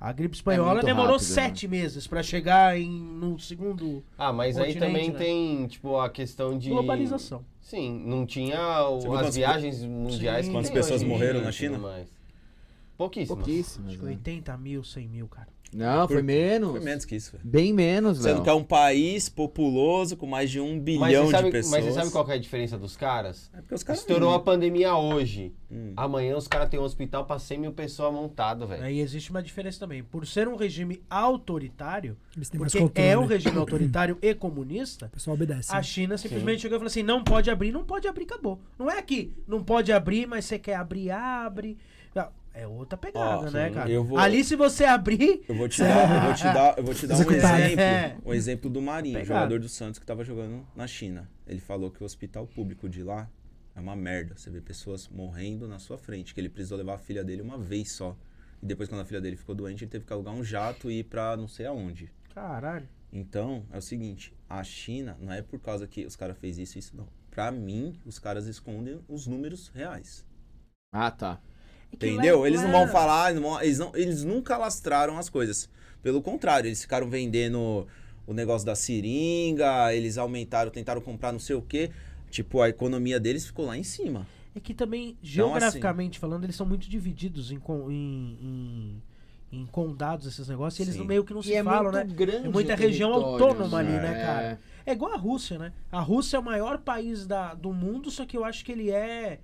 [SPEAKER 2] A gripe espanhola
[SPEAKER 1] muito
[SPEAKER 2] demorou
[SPEAKER 1] rápido, né?
[SPEAKER 2] sete meses pra chegar em, no segundo
[SPEAKER 5] Ah, mas aí
[SPEAKER 2] Continente,
[SPEAKER 5] também
[SPEAKER 2] né?
[SPEAKER 5] tem, tipo, a questão de...
[SPEAKER 2] globalização.
[SPEAKER 5] Sim, não tinha o-
[SPEAKER 3] Você viu
[SPEAKER 5] as
[SPEAKER 3] quantas-
[SPEAKER 5] viagens mundiais
[SPEAKER 2] Sim.
[SPEAKER 5] que
[SPEAKER 2] Quantas
[SPEAKER 5] tem
[SPEAKER 3] pessoas
[SPEAKER 5] hoje em dia
[SPEAKER 3] morreram
[SPEAKER 5] e
[SPEAKER 3] na
[SPEAKER 5] tudo
[SPEAKER 3] China?
[SPEAKER 5] mais. Pouquíssimas.
[SPEAKER 1] Pouquíssimas.
[SPEAKER 2] Acho que
[SPEAKER 1] né?
[SPEAKER 2] 80 mil, 100 mil, cara.
[SPEAKER 1] Não, foi menos.
[SPEAKER 3] Foi menos que isso, velho.
[SPEAKER 1] Bem menos,
[SPEAKER 3] Sendo
[SPEAKER 1] velho.
[SPEAKER 3] que é um país populoso com mais de um
[SPEAKER 5] Mas
[SPEAKER 3] bilhão
[SPEAKER 5] você, sabe,
[SPEAKER 3] de pessoas.
[SPEAKER 5] mas você sabe qual que é a diferença dos caras?
[SPEAKER 3] É porque os caras.
[SPEAKER 5] Estourou a pandemia hoje.
[SPEAKER 3] Hum.
[SPEAKER 5] Amanhã os caras têm um hospital pra 100 mil pessoas montado, velho.
[SPEAKER 2] Aí Né, existe uma diferença também. Por ser um regime autoritário,
[SPEAKER 4] Eles têm mais
[SPEAKER 2] porque
[SPEAKER 4] controle.
[SPEAKER 2] é um
[SPEAKER 4] né?
[SPEAKER 2] *clears throat* regime autoritário e comunista,
[SPEAKER 4] O pessoal obedece. né?
[SPEAKER 2] a China simplesmente chegou e falou assim: não pode abrir, não pode abrir, acabou. Não é aqui, não pode abrir, mas você quer abrir, abre. É outra pegada,
[SPEAKER 3] Ó,
[SPEAKER 2] né,
[SPEAKER 3] sim,
[SPEAKER 2] cara?
[SPEAKER 3] eu vou-
[SPEAKER 2] Ali, se você abrir,
[SPEAKER 3] Eu vou te dar, eu vou te dar, eu vou te dar um
[SPEAKER 4] Executar, né?
[SPEAKER 3] exemplo.
[SPEAKER 2] É.
[SPEAKER 3] Um exemplo do Marinho,
[SPEAKER 2] Pegado.
[SPEAKER 3] jogador do Santos que tava jogando na China. Ele falou que o hospital público de lá é uma merda. Você vê pessoas morrendo na sua frente, que ele precisou levar a filha dele uma vez só. E depois, quando a filha dele ficou doente, ele teve que alugar um jato e ir pra não sei aonde.
[SPEAKER 2] caralho.
[SPEAKER 3] Então, é o seguinte, a China não é por causa que os caras fez isso, isso não. Pra mim, os caras escondem os números reais.
[SPEAKER 1] Ah, tá.
[SPEAKER 2] É que lá-
[SPEAKER 3] Entendeu? Eles não
[SPEAKER 2] lá-
[SPEAKER 3] vão falar, não vão- eles, não, eles nunca lastraram as coisas. Pelo contrário, eles ficaram vendendo o negócio da seringa, eles aumentaram, tentaram comprar não sei o quê. Tipo, a economia deles ficou lá em cima.
[SPEAKER 2] É que também,
[SPEAKER 3] Então,
[SPEAKER 2] geograficamente falando, eles são muito divididos em, con- em, em- em condados, esses negócios, e eles
[SPEAKER 3] Sim.
[SPEAKER 2] meio que não
[SPEAKER 5] E
[SPEAKER 2] se falam, né?
[SPEAKER 5] grande
[SPEAKER 2] É muita
[SPEAKER 5] o
[SPEAKER 2] região
[SPEAKER 1] território,
[SPEAKER 2] autônoma ali,
[SPEAKER 1] né?
[SPEAKER 2] né, cara?
[SPEAKER 1] É.
[SPEAKER 2] É igual a Rússia, né? A Rússia é o maior país da, do mundo, só que eu acho que ele é.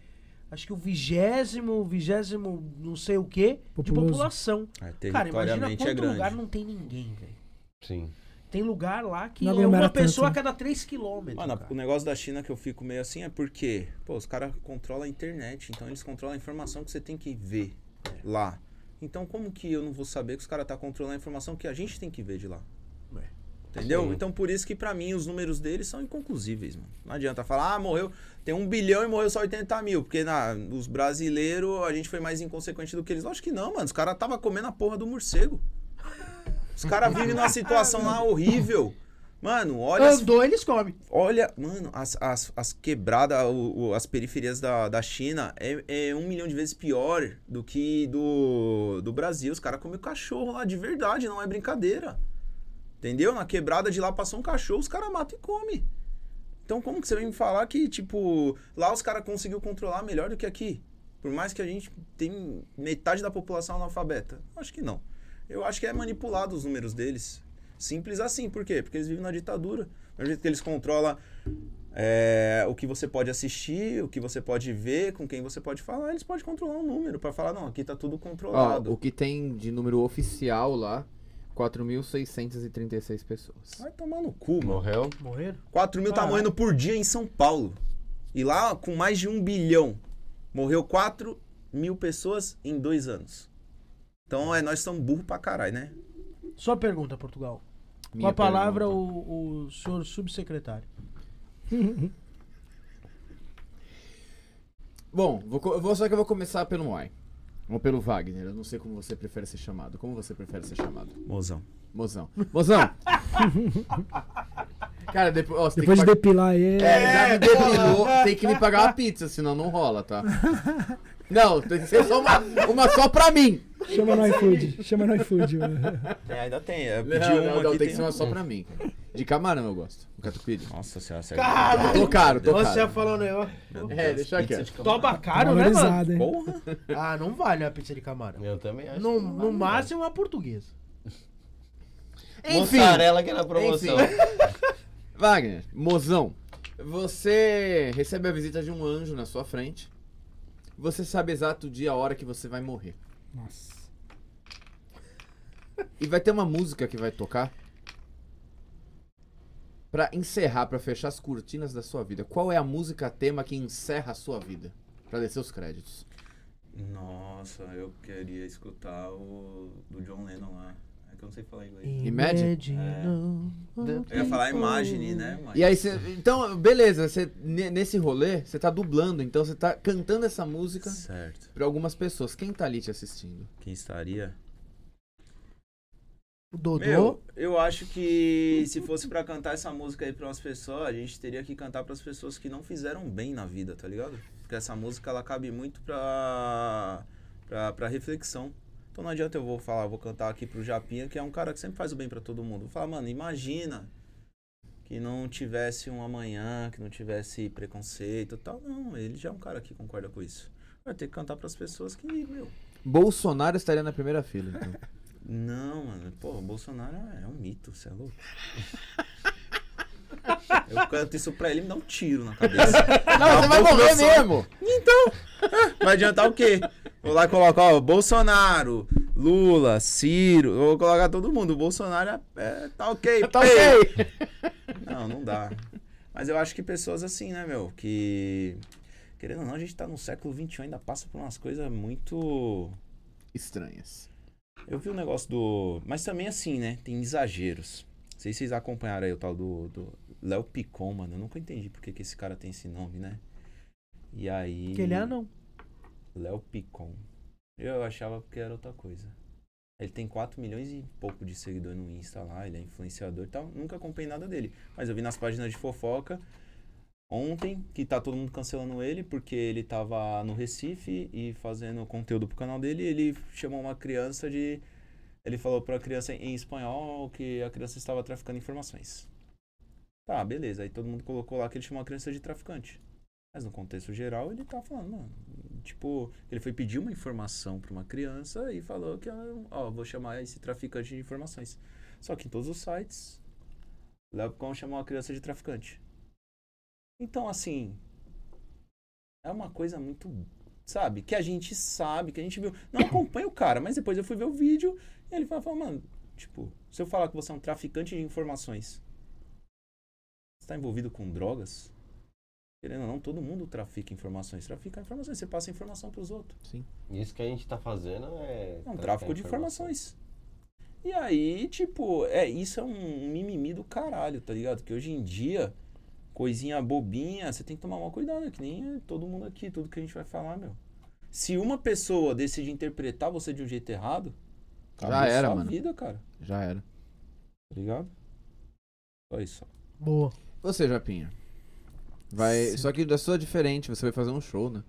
[SPEAKER 2] Acho que o vigésimo, vigésimo, não sei o quê,
[SPEAKER 4] Populoso.
[SPEAKER 2] de população.
[SPEAKER 3] É,
[SPEAKER 2] Cara, imagina
[SPEAKER 3] territorialmente
[SPEAKER 2] quanto
[SPEAKER 3] é grande.
[SPEAKER 2] lugar não tem ninguém, velho.
[SPEAKER 3] É.
[SPEAKER 5] Sim.
[SPEAKER 2] Tem lugar lá que
[SPEAKER 4] Não
[SPEAKER 2] é
[SPEAKER 4] aglomera
[SPEAKER 2] uma
[SPEAKER 4] tanto,
[SPEAKER 2] pessoa a
[SPEAKER 4] né?
[SPEAKER 2] cada 3 quilômetros.
[SPEAKER 3] Mano,
[SPEAKER 2] cara.
[SPEAKER 3] o negócio da China que eu fico meio assim é porque, pô, os caras controlam a internet, então eles controlam a informação que você tem que ver
[SPEAKER 2] É.
[SPEAKER 3] lá. Então como que eu não vou saber que os caras tá controlando a informação que a gente tem que ver de lá?
[SPEAKER 2] É.
[SPEAKER 3] Entendeu?
[SPEAKER 5] Sim.
[SPEAKER 3] Então por isso que pra mim os números deles são inconclusíveis, mano. Não adianta falar, ah, morreu, tem um bilhão e morreu só 80 mil, porque na, os brasileiros a gente foi mais inconsequente do que eles. Lógico que não, mano, os caras tava comendo a porra do morcego. Os caras vivem
[SPEAKER 2] *laughs*
[SPEAKER 3] numa situação lá horrível. Mano, olha as
[SPEAKER 2] Andou, eles comem.
[SPEAKER 3] Olha, mano, as, as, as quebradas, o- o- as periferias da, da China é, é um milhão de vezes pior do que do, do Brasil. Os caras comem cachorro lá de verdade, não é brincadeira. Entendeu? Na quebrada de lá passou um cachorro, os caras matam e comem. Então como que você vem me falar que, tipo, lá os caras conseguiu controlar melhor do que aqui? Por mais que a gente tem metade da população analfabeta. Acho que não. Eu acho que é manipulado os números deles. Simples assim. Por quê? Porque eles vivem na ditadura. Do jeito que eles controlam é, o que você pode assistir, o que você pode ver, com quem você pode falar, eles podem controlar um número para falar, não, aqui tá tudo
[SPEAKER 1] Ó,
[SPEAKER 3] controlado.
[SPEAKER 1] o que tem de número oficial lá, 4.636 pessoas.
[SPEAKER 3] Vai tomar no cu, mano.
[SPEAKER 5] Morreu?
[SPEAKER 2] Morreram?
[SPEAKER 3] 4
[SPEAKER 1] Ah.
[SPEAKER 3] mil tá
[SPEAKER 2] Caralho.
[SPEAKER 3] morrendo por dia em São Paulo. E lá, com mais de um bilhão, morreu 4 mil pessoas em dois anos. Então, é, nós somos burros pra caralho, né?
[SPEAKER 2] Só pergunta, Portugal. Com
[SPEAKER 1] Minha
[SPEAKER 2] a palavra,
[SPEAKER 1] pergunta.
[SPEAKER 2] o, o senhor subsecretário.
[SPEAKER 1] Bom, vou, co- eu vou- só que eu vou começar pelo Moai. Ou pelo Wagner, eu não sei como você prefere ser chamado. Como você prefere ser chamado?
[SPEAKER 3] Mozão.
[SPEAKER 1] Mozão.
[SPEAKER 3] *laughs*
[SPEAKER 1] Mozão! Cara, depois. Ó, você
[SPEAKER 4] Depois de
[SPEAKER 1] tem que
[SPEAKER 4] depilar ele.
[SPEAKER 1] pagar... É, já me depilou. Tem que me pagar uma pizza, senão não rola, tá? Não, tem que ser só uma, uma só pra mim.
[SPEAKER 4] Chama no iFood. Chama no iFood. né?
[SPEAKER 3] É, ainda tem. É,
[SPEAKER 1] Não,
[SPEAKER 3] pedi uma
[SPEAKER 1] não, não, tem
[SPEAKER 3] aqui, tem um-
[SPEAKER 1] que ser uma só pra mim. cara. De camarão eu gosto. Catupiry.
[SPEAKER 3] Nossa senhora, é sério.
[SPEAKER 2] Caralho!
[SPEAKER 1] Tô caro, tô
[SPEAKER 2] Você já
[SPEAKER 1] caro.
[SPEAKER 2] falou, né? Ó,
[SPEAKER 3] Meu
[SPEAKER 1] É,
[SPEAKER 3] Deus,
[SPEAKER 1] deixa
[SPEAKER 3] é pizza
[SPEAKER 1] quieto.
[SPEAKER 3] de camarão.
[SPEAKER 2] Toba caro, né, mano?
[SPEAKER 4] Valorizado, hein?
[SPEAKER 3] Porra!
[SPEAKER 2] Ah, não vale a pizza de camarão.
[SPEAKER 5] Eu também acho.
[SPEAKER 2] No,
[SPEAKER 5] que não
[SPEAKER 2] no
[SPEAKER 5] vale, não.
[SPEAKER 2] máximo a portuguesa.
[SPEAKER 1] Enfim,
[SPEAKER 5] Mozzarella que é na promoção.
[SPEAKER 1] Wagner, mozão, você recebe a visita de um anjo na sua frente. Você sabe exato o dia, a hora que você vai morrer.
[SPEAKER 4] Nossa.
[SPEAKER 1] E vai ter uma música que vai tocar Pra encerrar, pra fechar as cortinas da sua vida. Qual é a música tema que encerra a sua vida? Pra descer os créditos.
[SPEAKER 3] Nossa, eu queria escutar o do John Lennon lá. É que eu não sei falar inglês.
[SPEAKER 1] Imagine?
[SPEAKER 3] É. Eu ia falar Imagine, né? Mas...
[SPEAKER 1] E aí você, então, beleza, você ne- nesse rolê, você tá dublando, então você tá cantando essa música
[SPEAKER 3] Certo.
[SPEAKER 1] pra algumas pessoas. Quem tá ali te assistindo?
[SPEAKER 3] Quem estaria?
[SPEAKER 2] O Dodô.
[SPEAKER 3] Meu, eu acho que se fosse pra cantar essa música aí pra umas pessoas, a gente teria que cantar pras pessoas que não fizeram bem na vida, tá ligado? Porque essa música ela cabe muito pra, pra, pra reflexão. Então não adianta eu vou falar, vou cantar aqui pro Japinha, que é um cara que sempre faz o bem pra todo mundo. Vou falar, mano, imagina que não tivesse um amanhã, que não tivesse preconceito e tal. Não, ele já é um cara que concorda com isso. Vai ter que cantar pras pessoas que, meu.
[SPEAKER 1] Bolsonaro estaria na primeira fila. então.
[SPEAKER 3] Não, mano. Pô, o Bolsonaro é um mito, você é
[SPEAKER 1] *laughs*
[SPEAKER 3] louco. Eu canto isso pra ele e me dá um tiro na cabeça.
[SPEAKER 1] *laughs* Não, você vai morrer mesmo!
[SPEAKER 3] Vai adiantar o quê? Vou lá colocar, ó, Bolsonaro, Lula, Ciro. eu Vou colocar todo mundo. O Bolsonaro é, é- tá ok.
[SPEAKER 1] *laughs* Tá
[SPEAKER 3] pei.
[SPEAKER 1] ok!
[SPEAKER 3] Não, não dá. Mas eu acho que pessoas assim, né, meu? Que. Querendo ou não, a gente tá no século XXI ainda passa por umas coisas muito.
[SPEAKER 1] Estranhas.
[SPEAKER 3] Eu vi o negócio do. Mas também assim, né? Tem exageros. Não sei se vocês acompanharam aí o tal do. do Léo Picon, mano. Eu nunca entendi porque que esse cara tem esse nome, né? E aí.
[SPEAKER 2] Que ele é não.
[SPEAKER 3] Léo Picon. Eu achava que era outra coisa. Ele tem 4 milhões e pouco de seguidor no Insta lá, ele é influenciador e tal. Nunca acompanhei nada dele. Mas eu vi nas páginas de fofoca ontem que tá todo mundo cancelando ele porque ele tava no Recife e fazendo conteúdo pro canal dele. E ele chamou uma criança de. Ele falou pra criança em espanhol que a criança estava traficando informações. Tá, beleza. Aí todo mundo colocou lá que ele chamou a criança de traficante. Mas no contexto geral, ele tá falando, mano. Tipo, ele foi pedir uma informação pra uma criança e falou que, ah, ó, vou chamar esse traficante de informações. Só que em todos os sites, Leopcon chamou a criança de traficante. Então, assim. É uma coisa muito. Sabe? Que a gente sabe, que a gente viu. Não acompanha o cara, mas depois eu fui ver o vídeo e ele falou, mano, tipo, se eu falar que você é um traficante de informações, você tá envolvido com drogas? Querendo ou não, todo mundo trafica informações. Trafica informações, você passa informação pros outros.
[SPEAKER 5] Isso que a gente tá fazendo é.
[SPEAKER 3] É um
[SPEAKER 5] traficar
[SPEAKER 3] tráfico de
[SPEAKER 5] informação.
[SPEAKER 3] informações. E aí, tipo, é, isso é um mimimi do caralho, tá ligado? Que hoje em dia, coisinha bobinha, você tem que tomar maior cuidado, é que nem todo mundo aqui, tudo que a gente vai falar, meu. Se uma pessoa decide interpretar você de um jeito errado, acabou
[SPEAKER 1] era,
[SPEAKER 3] sua
[SPEAKER 1] mano.
[SPEAKER 3] vida, cara,
[SPEAKER 1] Já era.
[SPEAKER 3] tá ligado? Só isso.
[SPEAKER 2] Boa.
[SPEAKER 1] Você, Japinha. Vai.
[SPEAKER 4] Sim.
[SPEAKER 1] Só que da sua é diferente, você vai fazer um show, né?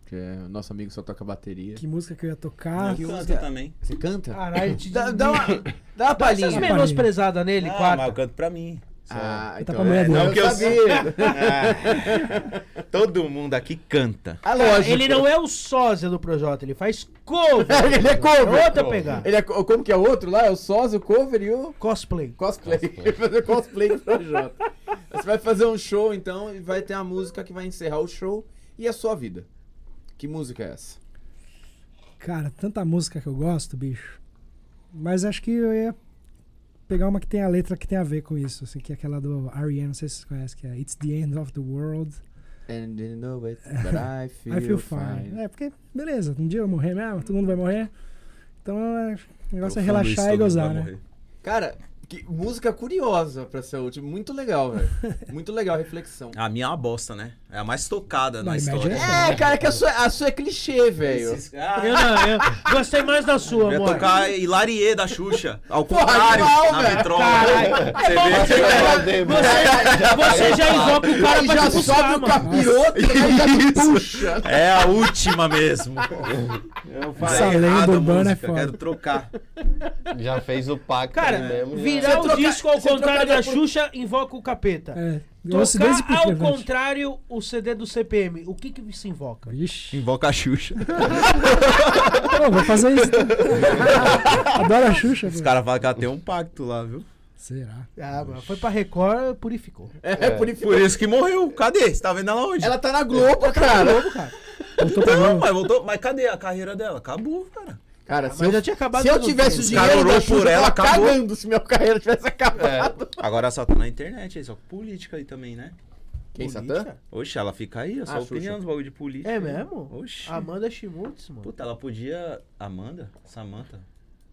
[SPEAKER 1] Porque é, nosso amigo só toca bateria.
[SPEAKER 4] Que música que eu ia tocar.
[SPEAKER 2] É
[SPEAKER 3] Ah,
[SPEAKER 1] que
[SPEAKER 3] eu
[SPEAKER 1] os
[SPEAKER 3] canto
[SPEAKER 1] cara-
[SPEAKER 3] também.
[SPEAKER 1] Você canta?
[SPEAKER 2] Caralho,
[SPEAKER 1] *laughs*
[SPEAKER 2] te
[SPEAKER 1] Dá, dá uma, dá uma
[SPEAKER 2] Essas
[SPEAKER 1] palhinha.
[SPEAKER 4] mesmo.
[SPEAKER 2] menosprezadas nele,
[SPEAKER 3] ah,
[SPEAKER 2] quatro.
[SPEAKER 3] mas eu canto pra mim. só.
[SPEAKER 1] Ah,
[SPEAKER 4] Canta
[SPEAKER 1] então.
[SPEAKER 4] pra mulher
[SPEAKER 1] é,
[SPEAKER 4] dele.
[SPEAKER 1] não,
[SPEAKER 3] Não que
[SPEAKER 1] eu
[SPEAKER 3] eu
[SPEAKER 1] sabia.
[SPEAKER 3] Ah, *laughs* todo mundo aqui canta.
[SPEAKER 1] Ah, lógico.
[SPEAKER 3] né?
[SPEAKER 2] Ele não é o sósia do Projota, ele faz
[SPEAKER 3] *laughs*
[SPEAKER 2] cover.
[SPEAKER 1] Ele é cover.
[SPEAKER 2] É outra pegada.
[SPEAKER 1] Ele é co- como que é o outro lá? É o sócio, o cover e o
[SPEAKER 2] Cosplay.
[SPEAKER 1] cosplay. Ele *laughs* vai fazer cosplay do Projota. Você vai fazer um show então e vai ter a música que vai encerrar o show e a sua vida. Que música é essa?
[SPEAKER 4] Cara, tanta música que eu gosto, bicho. Mas acho que eu ia pegar uma que tem a letra que tem a ver com isso, assim, que é aquela do R.E.M., não sei se vocês conhecem, que é It's the End of the World,
[SPEAKER 1] And you know
[SPEAKER 2] *laughs*
[SPEAKER 1] it, but I feel,
[SPEAKER 4] I Feel Fine. É, porque, beleza, um dia eu vou morrer mesmo, todo mundo vai morrer. Então, é, o negócio é
[SPEAKER 3] Eu falo isso, todo
[SPEAKER 4] relaxar
[SPEAKER 3] mundo
[SPEAKER 4] e
[SPEAKER 3] vai
[SPEAKER 4] gozar, né?
[SPEAKER 3] morrer.
[SPEAKER 1] Cara, que música curiosa pra ser a última. Muito legal,
[SPEAKER 2] *laughs*
[SPEAKER 1] velho. Muito legal a reflexão.
[SPEAKER 3] A minha é uma bosta, né? É a mais tocada
[SPEAKER 4] Não,
[SPEAKER 3] na história.
[SPEAKER 4] imagina
[SPEAKER 1] É, cara, que a sua, a sua é clichê, velho.
[SPEAKER 3] Esses- Ah,
[SPEAKER 2] Eu, não, eu gostei mais da sua,
[SPEAKER 3] Eu ia
[SPEAKER 2] amor.
[SPEAKER 3] tocar Hilarie da Xuxa. Ao
[SPEAKER 1] Porra,
[SPEAKER 3] contrário,
[SPEAKER 1] animal,
[SPEAKER 3] na
[SPEAKER 1] velho. É
[SPEAKER 3] vitrola.
[SPEAKER 1] né?
[SPEAKER 2] Caralho.
[SPEAKER 3] Você vê?
[SPEAKER 2] Você, você já invoca o cara
[SPEAKER 1] Aí
[SPEAKER 2] pra
[SPEAKER 1] já
[SPEAKER 2] te buscar,
[SPEAKER 1] sobe o
[SPEAKER 2] mano.
[SPEAKER 1] capiroto e aí já te puxa.
[SPEAKER 3] É a última mesmo. Eu
[SPEAKER 4] Essa lenda
[SPEAKER 3] errado a
[SPEAKER 4] urbana é
[SPEAKER 3] música,
[SPEAKER 4] foda.
[SPEAKER 3] Quero trocar.
[SPEAKER 5] Já fez o pacto
[SPEAKER 2] Cara,
[SPEAKER 5] ali mesmo.
[SPEAKER 2] vi- Virar o
[SPEAKER 1] troca-
[SPEAKER 2] disco ao
[SPEAKER 1] você
[SPEAKER 2] contrário da
[SPEAKER 1] trocaria por-
[SPEAKER 2] Xuxa, invoca o capeta.
[SPEAKER 4] É, eu ouço
[SPEAKER 2] Tocar
[SPEAKER 4] desde
[SPEAKER 2] ao
[SPEAKER 4] pequeno. velho.
[SPEAKER 2] contrário o CD do CPM. O que que se invoca?
[SPEAKER 4] Ixi.
[SPEAKER 3] Invoca a Xuxa.
[SPEAKER 4] Pô, vou fazer isso. *laughs* Adoro a Xuxa.
[SPEAKER 3] Os
[SPEAKER 4] velho.
[SPEAKER 3] caras falam que ela tem um pacto lá, viu?
[SPEAKER 4] Será?
[SPEAKER 2] Ah, mas foi pra Record, purificou.
[SPEAKER 1] É, por isso.
[SPEAKER 3] Por isso que morreu. Cadê? Você tá vendo ela onde?
[SPEAKER 1] Ela tá na Globo, cara.
[SPEAKER 4] Voltou pra
[SPEAKER 3] Não,
[SPEAKER 4] Globo.
[SPEAKER 3] mas voltou. Mas cadê a carreira dela? Acabou, cara.
[SPEAKER 1] Cara,
[SPEAKER 2] mas
[SPEAKER 1] se eu,
[SPEAKER 2] já tinha acabado
[SPEAKER 1] se eu
[SPEAKER 2] tudo. né?
[SPEAKER 1] tivesse o
[SPEAKER 3] Os
[SPEAKER 1] dinheiro
[SPEAKER 3] cara orou
[SPEAKER 1] da Xuxa,
[SPEAKER 3] por
[SPEAKER 1] eu
[SPEAKER 3] ela,
[SPEAKER 1] tava
[SPEAKER 3] acabou.
[SPEAKER 1] cagando se meu *laughs* carreira tivesse acabado.
[SPEAKER 3] Agora só tá na internet aí, só com política aí também, né?
[SPEAKER 1] Quem,
[SPEAKER 2] Política?
[SPEAKER 1] Satã?
[SPEAKER 3] Oxe, ela fica aí, é só
[SPEAKER 1] Ah, Xuxa.
[SPEAKER 3] opinião dos bagulho de política.
[SPEAKER 2] É mesmo?
[SPEAKER 3] Oxi.
[SPEAKER 2] Amanda Schmutz, mano.
[SPEAKER 3] Puta, ela podia. Amanda? Samanta?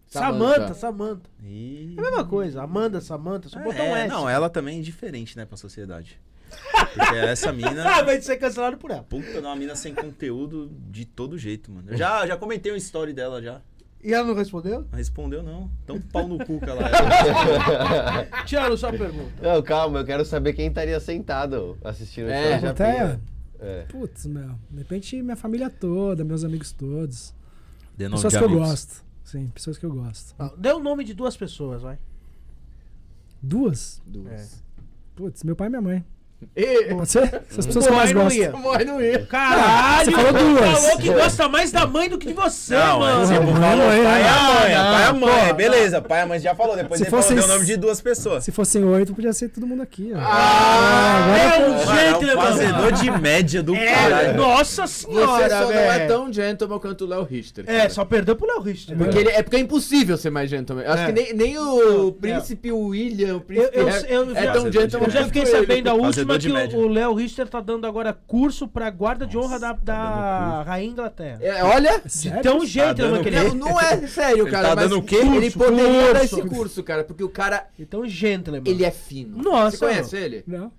[SPEAKER 2] Samanta,
[SPEAKER 1] Samantha.
[SPEAKER 2] Samanta.
[SPEAKER 3] Ih.
[SPEAKER 2] É a mesma coisa. Amanda, Samanta, só botar um
[SPEAKER 3] É,
[SPEAKER 2] S.
[SPEAKER 3] Não, ela também é indiferente, né, pra sociedade. Porque essa *laughs* mina.
[SPEAKER 2] Ah, vai ser cancelado por ela.
[SPEAKER 3] Puta, é uma mina sem conteúdo de todo jeito, mano. Eu já, já comentei um story dela já.
[SPEAKER 2] E ela não respondeu?
[SPEAKER 3] Não respondeu, não. Tão pau no cu que ela é.
[SPEAKER 2] Tiago, sua pergunta.
[SPEAKER 5] Não, calma, eu quero saber quem estaria sentado assistindo o
[SPEAKER 1] É,
[SPEAKER 5] show de
[SPEAKER 4] Até.
[SPEAKER 5] Japinha. É.
[SPEAKER 4] Putz, meu. De repente, minha família toda, meus amigos todos.
[SPEAKER 3] De nove
[SPEAKER 4] Pessoas que eu
[SPEAKER 3] amigos.
[SPEAKER 4] gosto. Sim, pessoas que eu gosto.
[SPEAKER 2] Ah, Dê o nome de duas pessoas, vai.
[SPEAKER 4] Duas?
[SPEAKER 1] Duas.
[SPEAKER 4] Putz, meu pai e minha mãe.
[SPEAKER 2] É.
[SPEAKER 1] Ê,
[SPEAKER 4] Pode ser? Essas pessoas que eu
[SPEAKER 2] Pô,
[SPEAKER 4] mais
[SPEAKER 2] aí não
[SPEAKER 4] gosto.
[SPEAKER 3] *laughs*
[SPEAKER 2] ia.
[SPEAKER 1] morre não ia.
[SPEAKER 2] Caralho,
[SPEAKER 4] Você falou duas.
[SPEAKER 2] falou que gosta mais da mãe do que de você,
[SPEAKER 3] Não,
[SPEAKER 2] mano.
[SPEAKER 3] é
[SPEAKER 4] Não,
[SPEAKER 3] tipo,
[SPEAKER 4] não,
[SPEAKER 3] falou,
[SPEAKER 4] não,
[SPEAKER 3] pai e
[SPEAKER 2] Ah,
[SPEAKER 3] a
[SPEAKER 4] não,
[SPEAKER 3] mãe,
[SPEAKER 4] não,
[SPEAKER 3] pai e a mãe, é
[SPEAKER 4] pô.
[SPEAKER 3] beleza, pai e a mãe já falou, depois
[SPEAKER 4] Se
[SPEAKER 3] ele falou,
[SPEAKER 4] fossem
[SPEAKER 3] deu o nome
[SPEAKER 4] s-
[SPEAKER 3] de duas pessoas.
[SPEAKER 4] Se fossem oito, podia ser todo mundo aqui. ó.
[SPEAKER 2] Ah,
[SPEAKER 4] Ah,
[SPEAKER 2] é
[SPEAKER 4] agora
[SPEAKER 2] um
[SPEAKER 3] Mano, é um fazedor
[SPEAKER 2] gentleman.
[SPEAKER 3] de média do
[SPEAKER 2] É,
[SPEAKER 3] caralho.
[SPEAKER 2] nossa
[SPEAKER 1] Você
[SPEAKER 2] senhora,
[SPEAKER 1] só não é
[SPEAKER 2] velho.
[SPEAKER 1] tão gentleman quanto o Léo Richter.
[SPEAKER 2] É,
[SPEAKER 1] cara.
[SPEAKER 2] só perdeu pro Léo Richter. né?
[SPEAKER 1] Porque ele- é porque é impossível ser mais gentleman. Eu acho
[SPEAKER 2] É.
[SPEAKER 1] que nem, nem o
[SPEAKER 2] Não,
[SPEAKER 1] príncipe William, o príncipe
[SPEAKER 2] eu-
[SPEAKER 3] né?
[SPEAKER 1] Harry
[SPEAKER 2] eu-
[SPEAKER 1] é tão
[SPEAKER 3] eu-
[SPEAKER 1] gentleman.
[SPEAKER 2] Eu já
[SPEAKER 1] quanto
[SPEAKER 2] fiquei
[SPEAKER 1] ele.
[SPEAKER 2] sabendo a última
[SPEAKER 3] Fazedor de
[SPEAKER 2] que
[SPEAKER 3] média.
[SPEAKER 2] o o Léo Richter tá dando agora curso pra guarda de honra da, da
[SPEAKER 3] tá dando
[SPEAKER 2] Rainha Inglaterra.
[SPEAKER 1] É, olha,
[SPEAKER 4] Sério?
[SPEAKER 2] Então, jeito,
[SPEAKER 3] dando
[SPEAKER 2] mano, que ele
[SPEAKER 1] não,
[SPEAKER 2] é.
[SPEAKER 1] não é sério,
[SPEAKER 3] Ele
[SPEAKER 1] cara.
[SPEAKER 3] tá
[SPEAKER 1] mas
[SPEAKER 3] dando o quê?
[SPEAKER 1] Ele
[SPEAKER 2] Curso,
[SPEAKER 1] poderia dar
[SPEAKER 2] curso.
[SPEAKER 1] esse curso, cara, porque o cara,
[SPEAKER 2] Então, gentleman.
[SPEAKER 1] ele é fino.
[SPEAKER 2] Nossa,
[SPEAKER 1] Você conhece ele?
[SPEAKER 4] Não.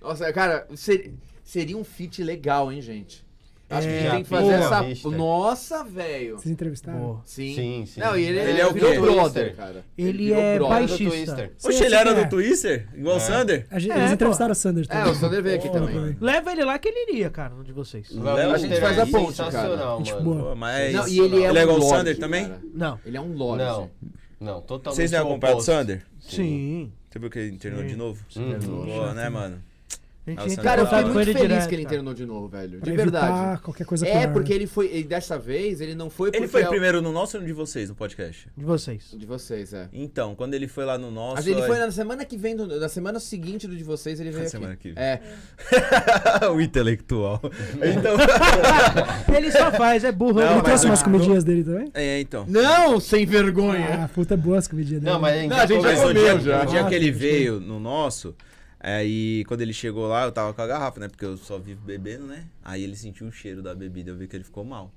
[SPEAKER 1] Nossa, cara, ser- seria um feat legal, hein, gente? Acho que a gente
[SPEAKER 5] É,
[SPEAKER 1] tem que fazer
[SPEAKER 5] boa.
[SPEAKER 1] essa.
[SPEAKER 5] Vista.
[SPEAKER 1] Nossa, velho.
[SPEAKER 4] Vocês entrevistaram?
[SPEAKER 2] Boa.
[SPEAKER 1] Sim.
[SPEAKER 5] Sim, sim.
[SPEAKER 1] Não, e ele,
[SPEAKER 3] Ele é o
[SPEAKER 1] virou
[SPEAKER 3] quê?
[SPEAKER 1] brother, cara.
[SPEAKER 2] Ele
[SPEAKER 1] virou
[SPEAKER 2] é
[SPEAKER 1] brother.
[SPEAKER 5] Do
[SPEAKER 2] baixista.
[SPEAKER 5] Twister.
[SPEAKER 3] Oxe,
[SPEAKER 4] Sei,
[SPEAKER 3] ele
[SPEAKER 4] sei
[SPEAKER 3] era
[SPEAKER 4] quem é.
[SPEAKER 3] do Twister? Igual o Sander?
[SPEAKER 4] A gente-
[SPEAKER 2] É,
[SPEAKER 4] eles
[SPEAKER 2] pô.
[SPEAKER 4] entrevistaram a Sanders
[SPEAKER 1] É,
[SPEAKER 4] também. né?
[SPEAKER 1] o Sander veio aqui
[SPEAKER 4] Pô,
[SPEAKER 1] também.
[SPEAKER 2] Leva ele lá que ele iria, cara, onde vocês.
[SPEAKER 3] Léo
[SPEAKER 5] Léo,
[SPEAKER 1] a gente faz a ponte, cara.
[SPEAKER 5] Sensacional,
[SPEAKER 4] Gente
[SPEAKER 5] mano.
[SPEAKER 4] boa.
[SPEAKER 3] Pô, mas...
[SPEAKER 1] Não, e ele é
[SPEAKER 3] Ele
[SPEAKER 1] um
[SPEAKER 3] é igual o
[SPEAKER 1] lorde,
[SPEAKER 3] Sander também?
[SPEAKER 1] cara.
[SPEAKER 2] Não.
[SPEAKER 1] Ele é um lorde.
[SPEAKER 5] Não, não, totalmente.
[SPEAKER 3] Vocês não
[SPEAKER 5] o
[SPEAKER 3] acompanharam o
[SPEAKER 5] oposto.
[SPEAKER 3] Sander?
[SPEAKER 2] Sim.
[SPEAKER 3] Você viu que ele internou de novo?
[SPEAKER 5] Hum.
[SPEAKER 3] Boa, né, mano?
[SPEAKER 2] A gente
[SPEAKER 3] Nossa,
[SPEAKER 2] entra em
[SPEAKER 1] Cara, eu fiquei
[SPEAKER 2] contato
[SPEAKER 3] Tá,
[SPEAKER 2] com
[SPEAKER 1] muito
[SPEAKER 2] ele
[SPEAKER 1] feliz
[SPEAKER 2] direto,
[SPEAKER 1] que ele
[SPEAKER 2] cara.
[SPEAKER 1] internou de novo, velho.
[SPEAKER 4] Pra
[SPEAKER 1] De
[SPEAKER 4] evitar
[SPEAKER 1] verdade.
[SPEAKER 4] qualquer coisa
[SPEAKER 1] É,
[SPEAKER 4] pior,
[SPEAKER 1] porque
[SPEAKER 4] né?
[SPEAKER 1] ele foi. e dessa vez, ele não foi.
[SPEAKER 3] Ele
[SPEAKER 1] porque
[SPEAKER 3] foi
[SPEAKER 1] é o-
[SPEAKER 3] primeiro no nosso ou no de vocês, no podcast?
[SPEAKER 1] *laughs*
[SPEAKER 2] De vocês.
[SPEAKER 1] De vocês, é.
[SPEAKER 3] Então, quando ele foi lá no nosso...
[SPEAKER 1] Mas ele
[SPEAKER 3] aí-
[SPEAKER 1] foi na semana que vem, do, na semana seguinte do de vocês, ele veio aqui.
[SPEAKER 3] semana que vem.
[SPEAKER 1] É.
[SPEAKER 3] *laughs* o intelectual. Então...
[SPEAKER 2] Ele só faz, é burro.
[SPEAKER 3] Não,
[SPEAKER 2] ele
[SPEAKER 4] Ele
[SPEAKER 3] mas
[SPEAKER 4] trouxe
[SPEAKER 3] o-
[SPEAKER 4] umas comidinhas dele também?
[SPEAKER 3] É, então.
[SPEAKER 1] Não, sem vergonha!
[SPEAKER 2] é.
[SPEAKER 4] Ah, puta, boas comidinhas dele. né?
[SPEAKER 5] Não, mas a gente,
[SPEAKER 1] Não, a gente já
[SPEAKER 3] Mas no
[SPEAKER 1] comeu
[SPEAKER 3] dia,
[SPEAKER 1] já.
[SPEAKER 3] no dia
[SPEAKER 4] Ah,
[SPEAKER 1] *laughs*
[SPEAKER 3] que ele
[SPEAKER 4] entendi.
[SPEAKER 3] veio no nosso, aí quando ele chegou lá, eu tava com a garrafa, né? Porque eu só vivo bebendo, né? Aí ele sentiu o cheiro da bebida, eu vi que ele ficou mal.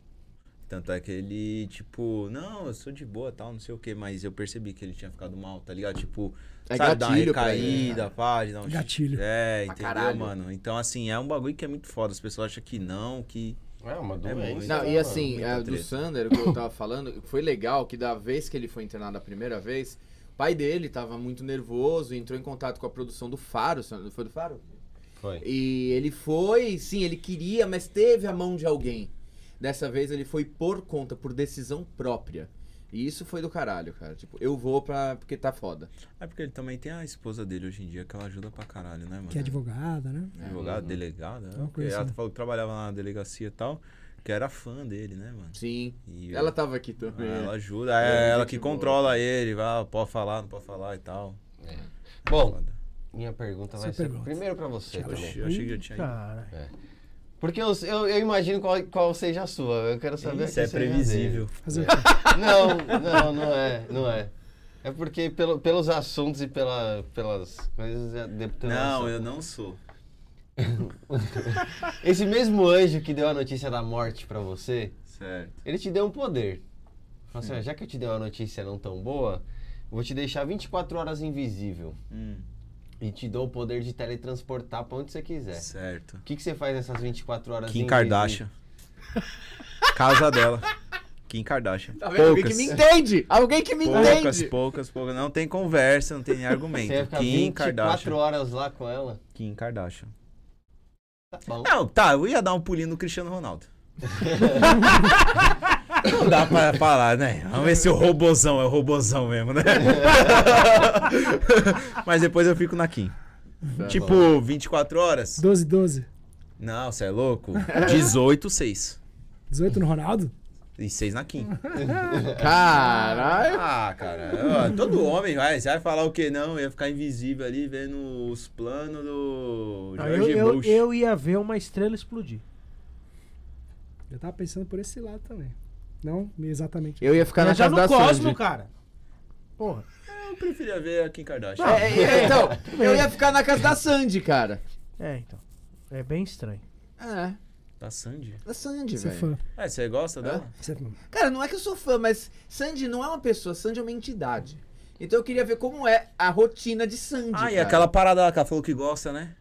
[SPEAKER 3] Tanto é que ele, tipo, não, eu sou de boa tal, não sei o que, mas eu percebi que ele tinha ficado mal, tá ligado? Tipo,
[SPEAKER 1] É
[SPEAKER 3] sabe, dar uma
[SPEAKER 1] gatilho pra ele, né?
[SPEAKER 3] recaída, pá, de dar um
[SPEAKER 4] Gatilho.
[SPEAKER 3] É,
[SPEAKER 1] Pra
[SPEAKER 3] entendeu,
[SPEAKER 1] caralho.
[SPEAKER 3] mano? Então, assim, é um bagulho que é muito foda. As pessoas acham que não, que.
[SPEAKER 5] É uma
[SPEAKER 3] muito.
[SPEAKER 5] doença.
[SPEAKER 1] Não, e
[SPEAKER 5] né,
[SPEAKER 1] assim,
[SPEAKER 3] muita
[SPEAKER 1] a do
[SPEAKER 3] treta.
[SPEAKER 1] Sander, o que eu tava falando, foi legal que da vez que ele foi internado a primeira vez, o pai dele tava muito nervoso, entrou em contato com a produção do Faro, Sander, foi do Faro?
[SPEAKER 5] mano? Foi.
[SPEAKER 1] E ele foi, sim, ele queria, mas teve a mão de alguém. Dessa vez ele foi por conta, por decisão própria. E isso foi do caralho, cara. Tipo, eu vou pra. porque tá foda.
[SPEAKER 3] É porque ele também tem a esposa dele hoje em dia, que ela ajuda pra caralho, né, mano?
[SPEAKER 4] Que é advogada, né?
[SPEAKER 3] advogado, delegado, né?
[SPEAKER 4] uma
[SPEAKER 3] Porque
[SPEAKER 4] coisa
[SPEAKER 3] ela
[SPEAKER 4] assim.
[SPEAKER 3] falou que trabalhava lá na delegacia e tal, que era fã dele, né, mano?
[SPEAKER 1] Sim.
[SPEAKER 3] E ah,
[SPEAKER 1] Ela tava aqui também.
[SPEAKER 3] ela ajuda,
[SPEAKER 1] É,
[SPEAKER 3] é, ela
[SPEAKER 1] gente
[SPEAKER 3] que
[SPEAKER 1] boa.
[SPEAKER 3] controla ele, vai, "Ah, pode falar, não pode falar e tal.
[SPEAKER 5] Bom,
[SPEAKER 3] Foda. Tá
[SPEAKER 5] minha pergunta vai
[SPEAKER 4] Sua
[SPEAKER 5] ser
[SPEAKER 4] pergunta.
[SPEAKER 5] primeiro pra você também.
[SPEAKER 3] Oxi, eu achei que eu tinha ido.
[SPEAKER 2] Cara.
[SPEAKER 5] Porque eu, eu, eu imagino qual, qual seja a sua. Eu quero saber
[SPEAKER 3] Isso
[SPEAKER 5] que
[SPEAKER 3] é
[SPEAKER 5] seja a
[SPEAKER 3] previsível. É.
[SPEAKER 4] Fazer o quê?
[SPEAKER 5] dele. Não, não, não é, não é. É porque pelo, pelos assuntos e pela, pelas coisas é de- pela
[SPEAKER 3] Não,
[SPEAKER 5] nossa-
[SPEAKER 3] eu não sou.
[SPEAKER 5] Esse mesmo anjo que deu a notícia da morte pra você,
[SPEAKER 3] Certo.
[SPEAKER 5] ele te deu um poder. Falou assim, ó, já que eu te dei uma notícia não tão boa, eu vou te deixar 24 horas invisível
[SPEAKER 3] Hum,
[SPEAKER 5] e te dou o poder de teletransportar pra onde você quiser.
[SPEAKER 3] Certo.
[SPEAKER 5] O que, que você faz nessas 24 horas
[SPEAKER 3] Kim
[SPEAKER 5] invisível?
[SPEAKER 3] Kardashian. Casa dela. Kim Kardashian.
[SPEAKER 1] Tá vendo? Alguém que
[SPEAKER 3] Poucas. Ah,
[SPEAKER 1] me entende! Alguém que me
[SPEAKER 3] Poucas,
[SPEAKER 1] entende!
[SPEAKER 3] poucas, poucas. Não tem conversa, não tem nem
[SPEAKER 5] Você ia
[SPEAKER 3] argumento.
[SPEAKER 5] ficar
[SPEAKER 3] Kim
[SPEAKER 5] 24
[SPEAKER 3] Kardashian.
[SPEAKER 5] horas lá com ela?
[SPEAKER 3] Kim Kardashian.
[SPEAKER 5] Tá bom.
[SPEAKER 3] *laughs* Não, tá, eu ia dar um pulinho no Cristiano Ronaldo. Não dá pra falar, né? Vamos ver se o robozão é o robozão *laughs* mesmo, né? Mas depois eu fico na Kim. Tipo, 24 horas?
[SPEAKER 4] 12, 12.
[SPEAKER 3] Não, você é *laughs* louco? 18, 6.
[SPEAKER 4] 18 no Ronaldo?
[SPEAKER 3] E 6 na Kim.
[SPEAKER 1] Caralho!
[SPEAKER 3] Ah, cara, eu- todo homem vai. Você vai falar o que não? Eu ia ficar invisível ali vendo os planos do
[SPEAKER 2] Não, Ah, eu,
[SPEAKER 3] George
[SPEAKER 2] eu-
[SPEAKER 3] Bush.
[SPEAKER 2] eu ia ver uma estrela explodir.
[SPEAKER 4] Eu tava pensando por esse lado também. Não exatamente.
[SPEAKER 1] Eu ia ficar Tá na
[SPEAKER 2] Mas já
[SPEAKER 1] casa
[SPEAKER 2] no
[SPEAKER 1] da
[SPEAKER 2] Cosmo,
[SPEAKER 1] Sandy.
[SPEAKER 2] cara. Porra.
[SPEAKER 3] Eu preferia ver a Kim Kardashian.
[SPEAKER 1] É,
[SPEAKER 2] Ah.
[SPEAKER 1] é, é, *laughs* então, eu ia ficar na casa da Sandy, cara.
[SPEAKER 2] É, então. É bem estranho.
[SPEAKER 1] É,
[SPEAKER 3] Da Tá Sandy?
[SPEAKER 1] da Sandy,
[SPEAKER 4] Você é
[SPEAKER 1] velho.
[SPEAKER 4] fã.
[SPEAKER 3] É, você gosta dela?
[SPEAKER 4] Você é fã.
[SPEAKER 1] Cara, não é que eu sou fã, mas Sandy não é uma pessoa, Sandy é uma entidade. Então eu queria ver como é a rotina de Sandy.
[SPEAKER 3] Ah, e
[SPEAKER 1] cara.
[SPEAKER 3] aquela parada lá que ela falou que gosta, né?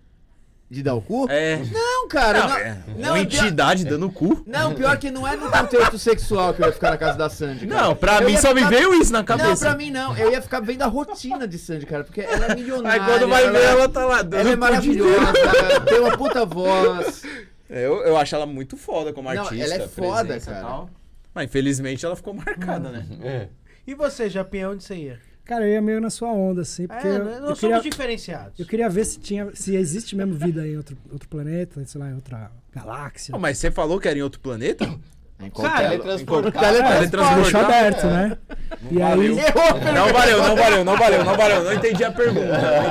[SPEAKER 1] De dar o cu?
[SPEAKER 3] É.
[SPEAKER 1] *laughs* Não, cara. Não,
[SPEAKER 3] Não, é
[SPEAKER 1] não,
[SPEAKER 3] uma
[SPEAKER 1] é pior,
[SPEAKER 3] entidade dando cu.
[SPEAKER 1] não, pior que não é no contexto sexual que eu ia ficar na casa da Sandy. cara.
[SPEAKER 3] Não, pra
[SPEAKER 1] É. Eu
[SPEAKER 3] mim
[SPEAKER 1] ia
[SPEAKER 3] só me
[SPEAKER 1] ficar-
[SPEAKER 3] veio isso na
[SPEAKER 1] Não,
[SPEAKER 3] cabeça.
[SPEAKER 1] pra mim não. Eu ia ficar vendo a rotina de Sandy, cara, porque ela
[SPEAKER 3] *laughs*
[SPEAKER 1] é milionária.
[SPEAKER 3] Aí quando vai
[SPEAKER 1] ela,
[SPEAKER 3] ver, ela tá lá dando
[SPEAKER 1] ela é
[SPEAKER 3] cu de Deus. *laughs*
[SPEAKER 1] maravilhosa, tem uma puta voz.
[SPEAKER 3] Eu, eu acho ela muito foda como
[SPEAKER 1] Não,
[SPEAKER 3] artista.
[SPEAKER 1] ela é foda,
[SPEAKER 3] presença e
[SPEAKER 1] cara. Uhum.
[SPEAKER 3] tal. Mas infelizmente ela ficou marcada, né?
[SPEAKER 5] É.
[SPEAKER 2] E você, Japinha, onde você ia?
[SPEAKER 4] Cara, eu ia meio na sua onda, assim, porque
[SPEAKER 2] é,
[SPEAKER 4] eu,
[SPEAKER 2] nós
[SPEAKER 4] eu
[SPEAKER 2] somos
[SPEAKER 4] queria,
[SPEAKER 2] diferenciados.
[SPEAKER 4] eu queria ver se tinha, se existe mesmo vida em outro, outro planeta, sei lá, em outra galáxia.
[SPEAKER 3] Não, mas você falou que era em
[SPEAKER 1] *coughs*
[SPEAKER 3] outro planeta?
[SPEAKER 2] Cara,
[SPEAKER 4] Deixou
[SPEAKER 3] Teletransportar?
[SPEAKER 4] aberto, né? E aí,
[SPEAKER 3] Não valeu, não valeu, não valeu, não valeu. Não entendi a pergunta. Não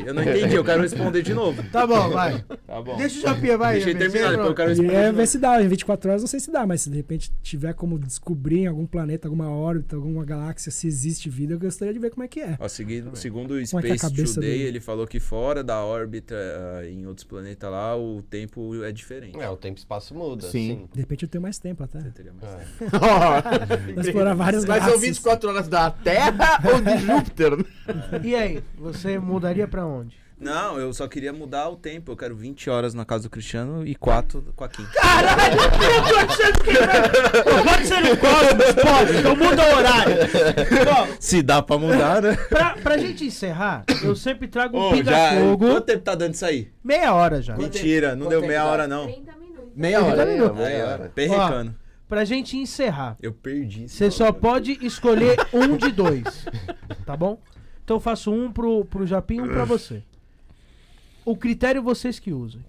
[SPEAKER 1] *laughs*
[SPEAKER 3] Eu não entendi. Eu quero responder de novo.
[SPEAKER 2] Tá bom, vai.
[SPEAKER 3] Tá bom.
[SPEAKER 2] Deixa o Japinha, vai.
[SPEAKER 3] Deixei
[SPEAKER 2] Japinha,
[SPEAKER 3] terminar,
[SPEAKER 2] você
[SPEAKER 3] depois eu
[SPEAKER 2] pronto.
[SPEAKER 3] quero
[SPEAKER 4] E
[SPEAKER 3] responder.
[SPEAKER 4] é
[SPEAKER 3] de
[SPEAKER 4] ver
[SPEAKER 3] novo.
[SPEAKER 4] se dá, em 24 horas não sei se dá, mas se de repente tiver como descobrir em algum planeta, alguma órbita, alguma galáxia, se existe vida, eu gostaria de ver como é que é.
[SPEAKER 3] Ó, seguindo, segundo o
[SPEAKER 4] Como é que é
[SPEAKER 3] Space
[SPEAKER 4] a cabeça
[SPEAKER 3] Today,
[SPEAKER 4] dele?
[SPEAKER 3] ele falou que fora da órbita, ah, em outros planetas lá, o tempo é diferente.
[SPEAKER 5] É, o tempo e espaço muda.
[SPEAKER 1] Sim.
[SPEAKER 5] Sim.
[SPEAKER 4] De repente eu tenho mais tempo até.
[SPEAKER 3] Você teria mais tempo.
[SPEAKER 4] *laughs* Pra explorar várias
[SPEAKER 1] Vai ser o
[SPEAKER 4] galáxias.
[SPEAKER 1] 24 horas da Terra ou de Júpiter?
[SPEAKER 2] E aí, você mudaria pra onde?
[SPEAKER 1] É.
[SPEAKER 3] Não, eu só queria mudar o tempo. Eu quero 20 horas na casa do Cristiano e 4 com a
[SPEAKER 1] *laughs*
[SPEAKER 3] Kim.
[SPEAKER 2] Pode ser no Cosmos, pode. Então muda o horário. Bom,
[SPEAKER 3] Se dá pra mudar, né?
[SPEAKER 2] pra, pra gente encerrar, eu sempre trago um
[SPEAKER 3] Ô, já-
[SPEAKER 2] pinga-fogo.
[SPEAKER 3] Quanto tempo tá dando isso aí?
[SPEAKER 2] Meia hora já.
[SPEAKER 3] Mentira, não
[SPEAKER 1] quanto
[SPEAKER 3] deu
[SPEAKER 1] tempo
[SPEAKER 3] meia
[SPEAKER 1] dá?
[SPEAKER 3] hora, não.
[SPEAKER 6] 30 minutos.
[SPEAKER 1] Meia hora.
[SPEAKER 3] Aí, ó, perrecando.
[SPEAKER 2] Pra gente encerrar.
[SPEAKER 3] Eu perdi.
[SPEAKER 2] Você só pode escolher um de dois. Tá bom? Então eu faço um pro, pro Japim e um pra você. O critério vocês que usem.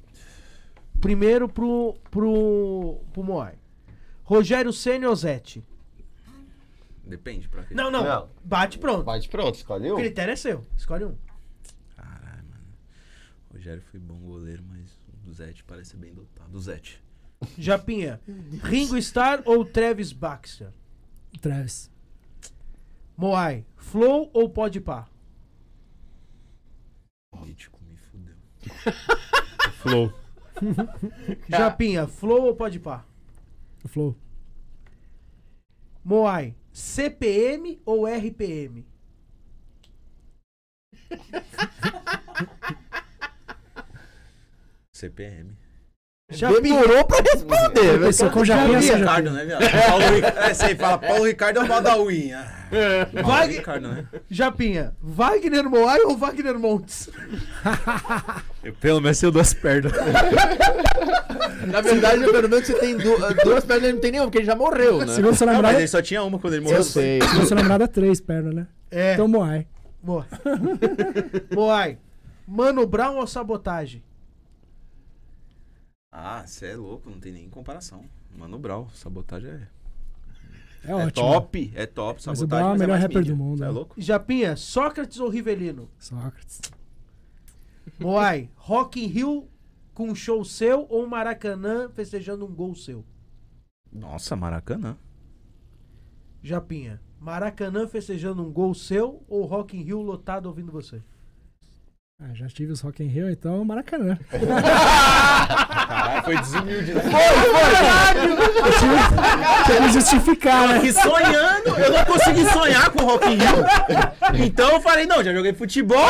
[SPEAKER 2] Primeiro pro, pro, pro Moai. Rogério Senna ou Zete?
[SPEAKER 3] Depende pra quê.
[SPEAKER 2] Não, não,
[SPEAKER 5] Não.
[SPEAKER 2] Bate pronto.
[SPEAKER 5] Bate pronto, escolhe
[SPEAKER 2] O
[SPEAKER 5] um.
[SPEAKER 2] critério é seu. Escolhe um.
[SPEAKER 3] Caralho, mano. O Rogério foi bom goleiro, mas o Zete parece bem dotado. O Zete.
[SPEAKER 2] Japinha. é Ringo Starr ou Travis Baxter?
[SPEAKER 4] Travis.
[SPEAKER 2] Moai. Flow ou Podpah?
[SPEAKER 3] Mítico me fudeu.
[SPEAKER 5] Ah.
[SPEAKER 2] Japinha. é Flow ou Podpah?
[SPEAKER 4] O Flow.
[SPEAKER 2] Moai. CPM ou RPM?
[SPEAKER 3] CPM.
[SPEAKER 1] Demorou pra responder, né? velho.
[SPEAKER 4] Começou com é o Japinha,
[SPEAKER 3] Paulo
[SPEAKER 4] seu Japinha.
[SPEAKER 3] Ricardo, né, *laughs* viado? Paulo Ricardo. É, você fala Paulo Ricardo é o Badawi. Ah, Paulo
[SPEAKER 2] Wagner,
[SPEAKER 3] Ricardo, né?
[SPEAKER 2] Japinha, Wagner Moai ou Wagner Montes?
[SPEAKER 3] pelo menos tenho duas *laughs* pernas.
[SPEAKER 1] Na verdade, pelo menos você tem du- duas pernas, ele não tem nenhuma, porque ele já morreu, né?
[SPEAKER 4] Segundo seu
[SPEAKER 3] Não, Ah, mas
[SPEAKER 4] namorado,
[SPEAKER 3] ele só tinha uma quando ele morreu.
[SPEAKER 1] Eu sei.
[SPEAKER 4] segundo seu namorado é três pernas, né?
[SPEAKER 2] É.
[SPEAKER 4] Então Moai.
[SPEAKER 2] Mo- *laughs* Moai, Mano Brown ou Sabotagem?
[SPEAKER 3] Ah, você é louco, não tem nem comparação. Mano Brau, sabotagem é.
[SPEAKER 4] É
[SPEAKER 3] é
[SPEAKER 4] ótimo.
[SPEAKER 3] top, é top,
[SPEAKER 4] Mas
[SPEAKER 3] sabotagem.
[SPEAKER 4] o Brau é o
[SPEAKER 3] mas
[SPEAKER 4] melhor
[SPEAKER 3] mais
[SPEAKER 4] rapper
[SPEAKER 3] mídia.
[SPEAKER 4] do mundo,
[SPEAKER 3] Cê É
[SPEAKER 4] né?
[SPEAKER 3] louco?
[SPEAKER 2] Japinha, Sócrates ou Rivelino?
[SPEAKER 4] Sócrates.
[SPEAKER 2] Moai, Rock in Rio com um show seu ou Maracanã festejando um gol seu?
[SPEAKER 3] Nossa, Maracanã.
[SPEAKER 2] Japinha, Maracanã festejando um gol seu ou Rock in Rio lotado ouvindo você?
[SPEAKER 4] Ah, já tive os Rock in Rio, então Maracanã. *laughs*
[SPEAKER 3] Caralho, foi desumilde.
[SPEAKER 4] Pra me justificar, né?
[SPEAKER 3] E sonhando, eu não consegui sonhar com o Rock in *laughs* Rio. Então eu falei, não, já joguei futebol,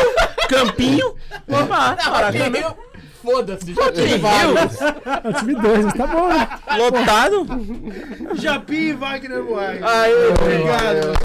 [SPEAKER 3] campinho, opa, Maracanã. é
[SPEAKER 1] Foda-se, já
[SPEAKER 3] Rock in
[SPEAKER 1] tem
[SPEAKER 3] Rio,
[SPEAKER 4] Eu tive dois, mas tá bom, né?
[SPEAKER 3] lotado.
[SPEAKER 2] Japinha e Wagner Moai.
[SPEAKER 1] Aê,
[SPEAKER 2] Obrigado.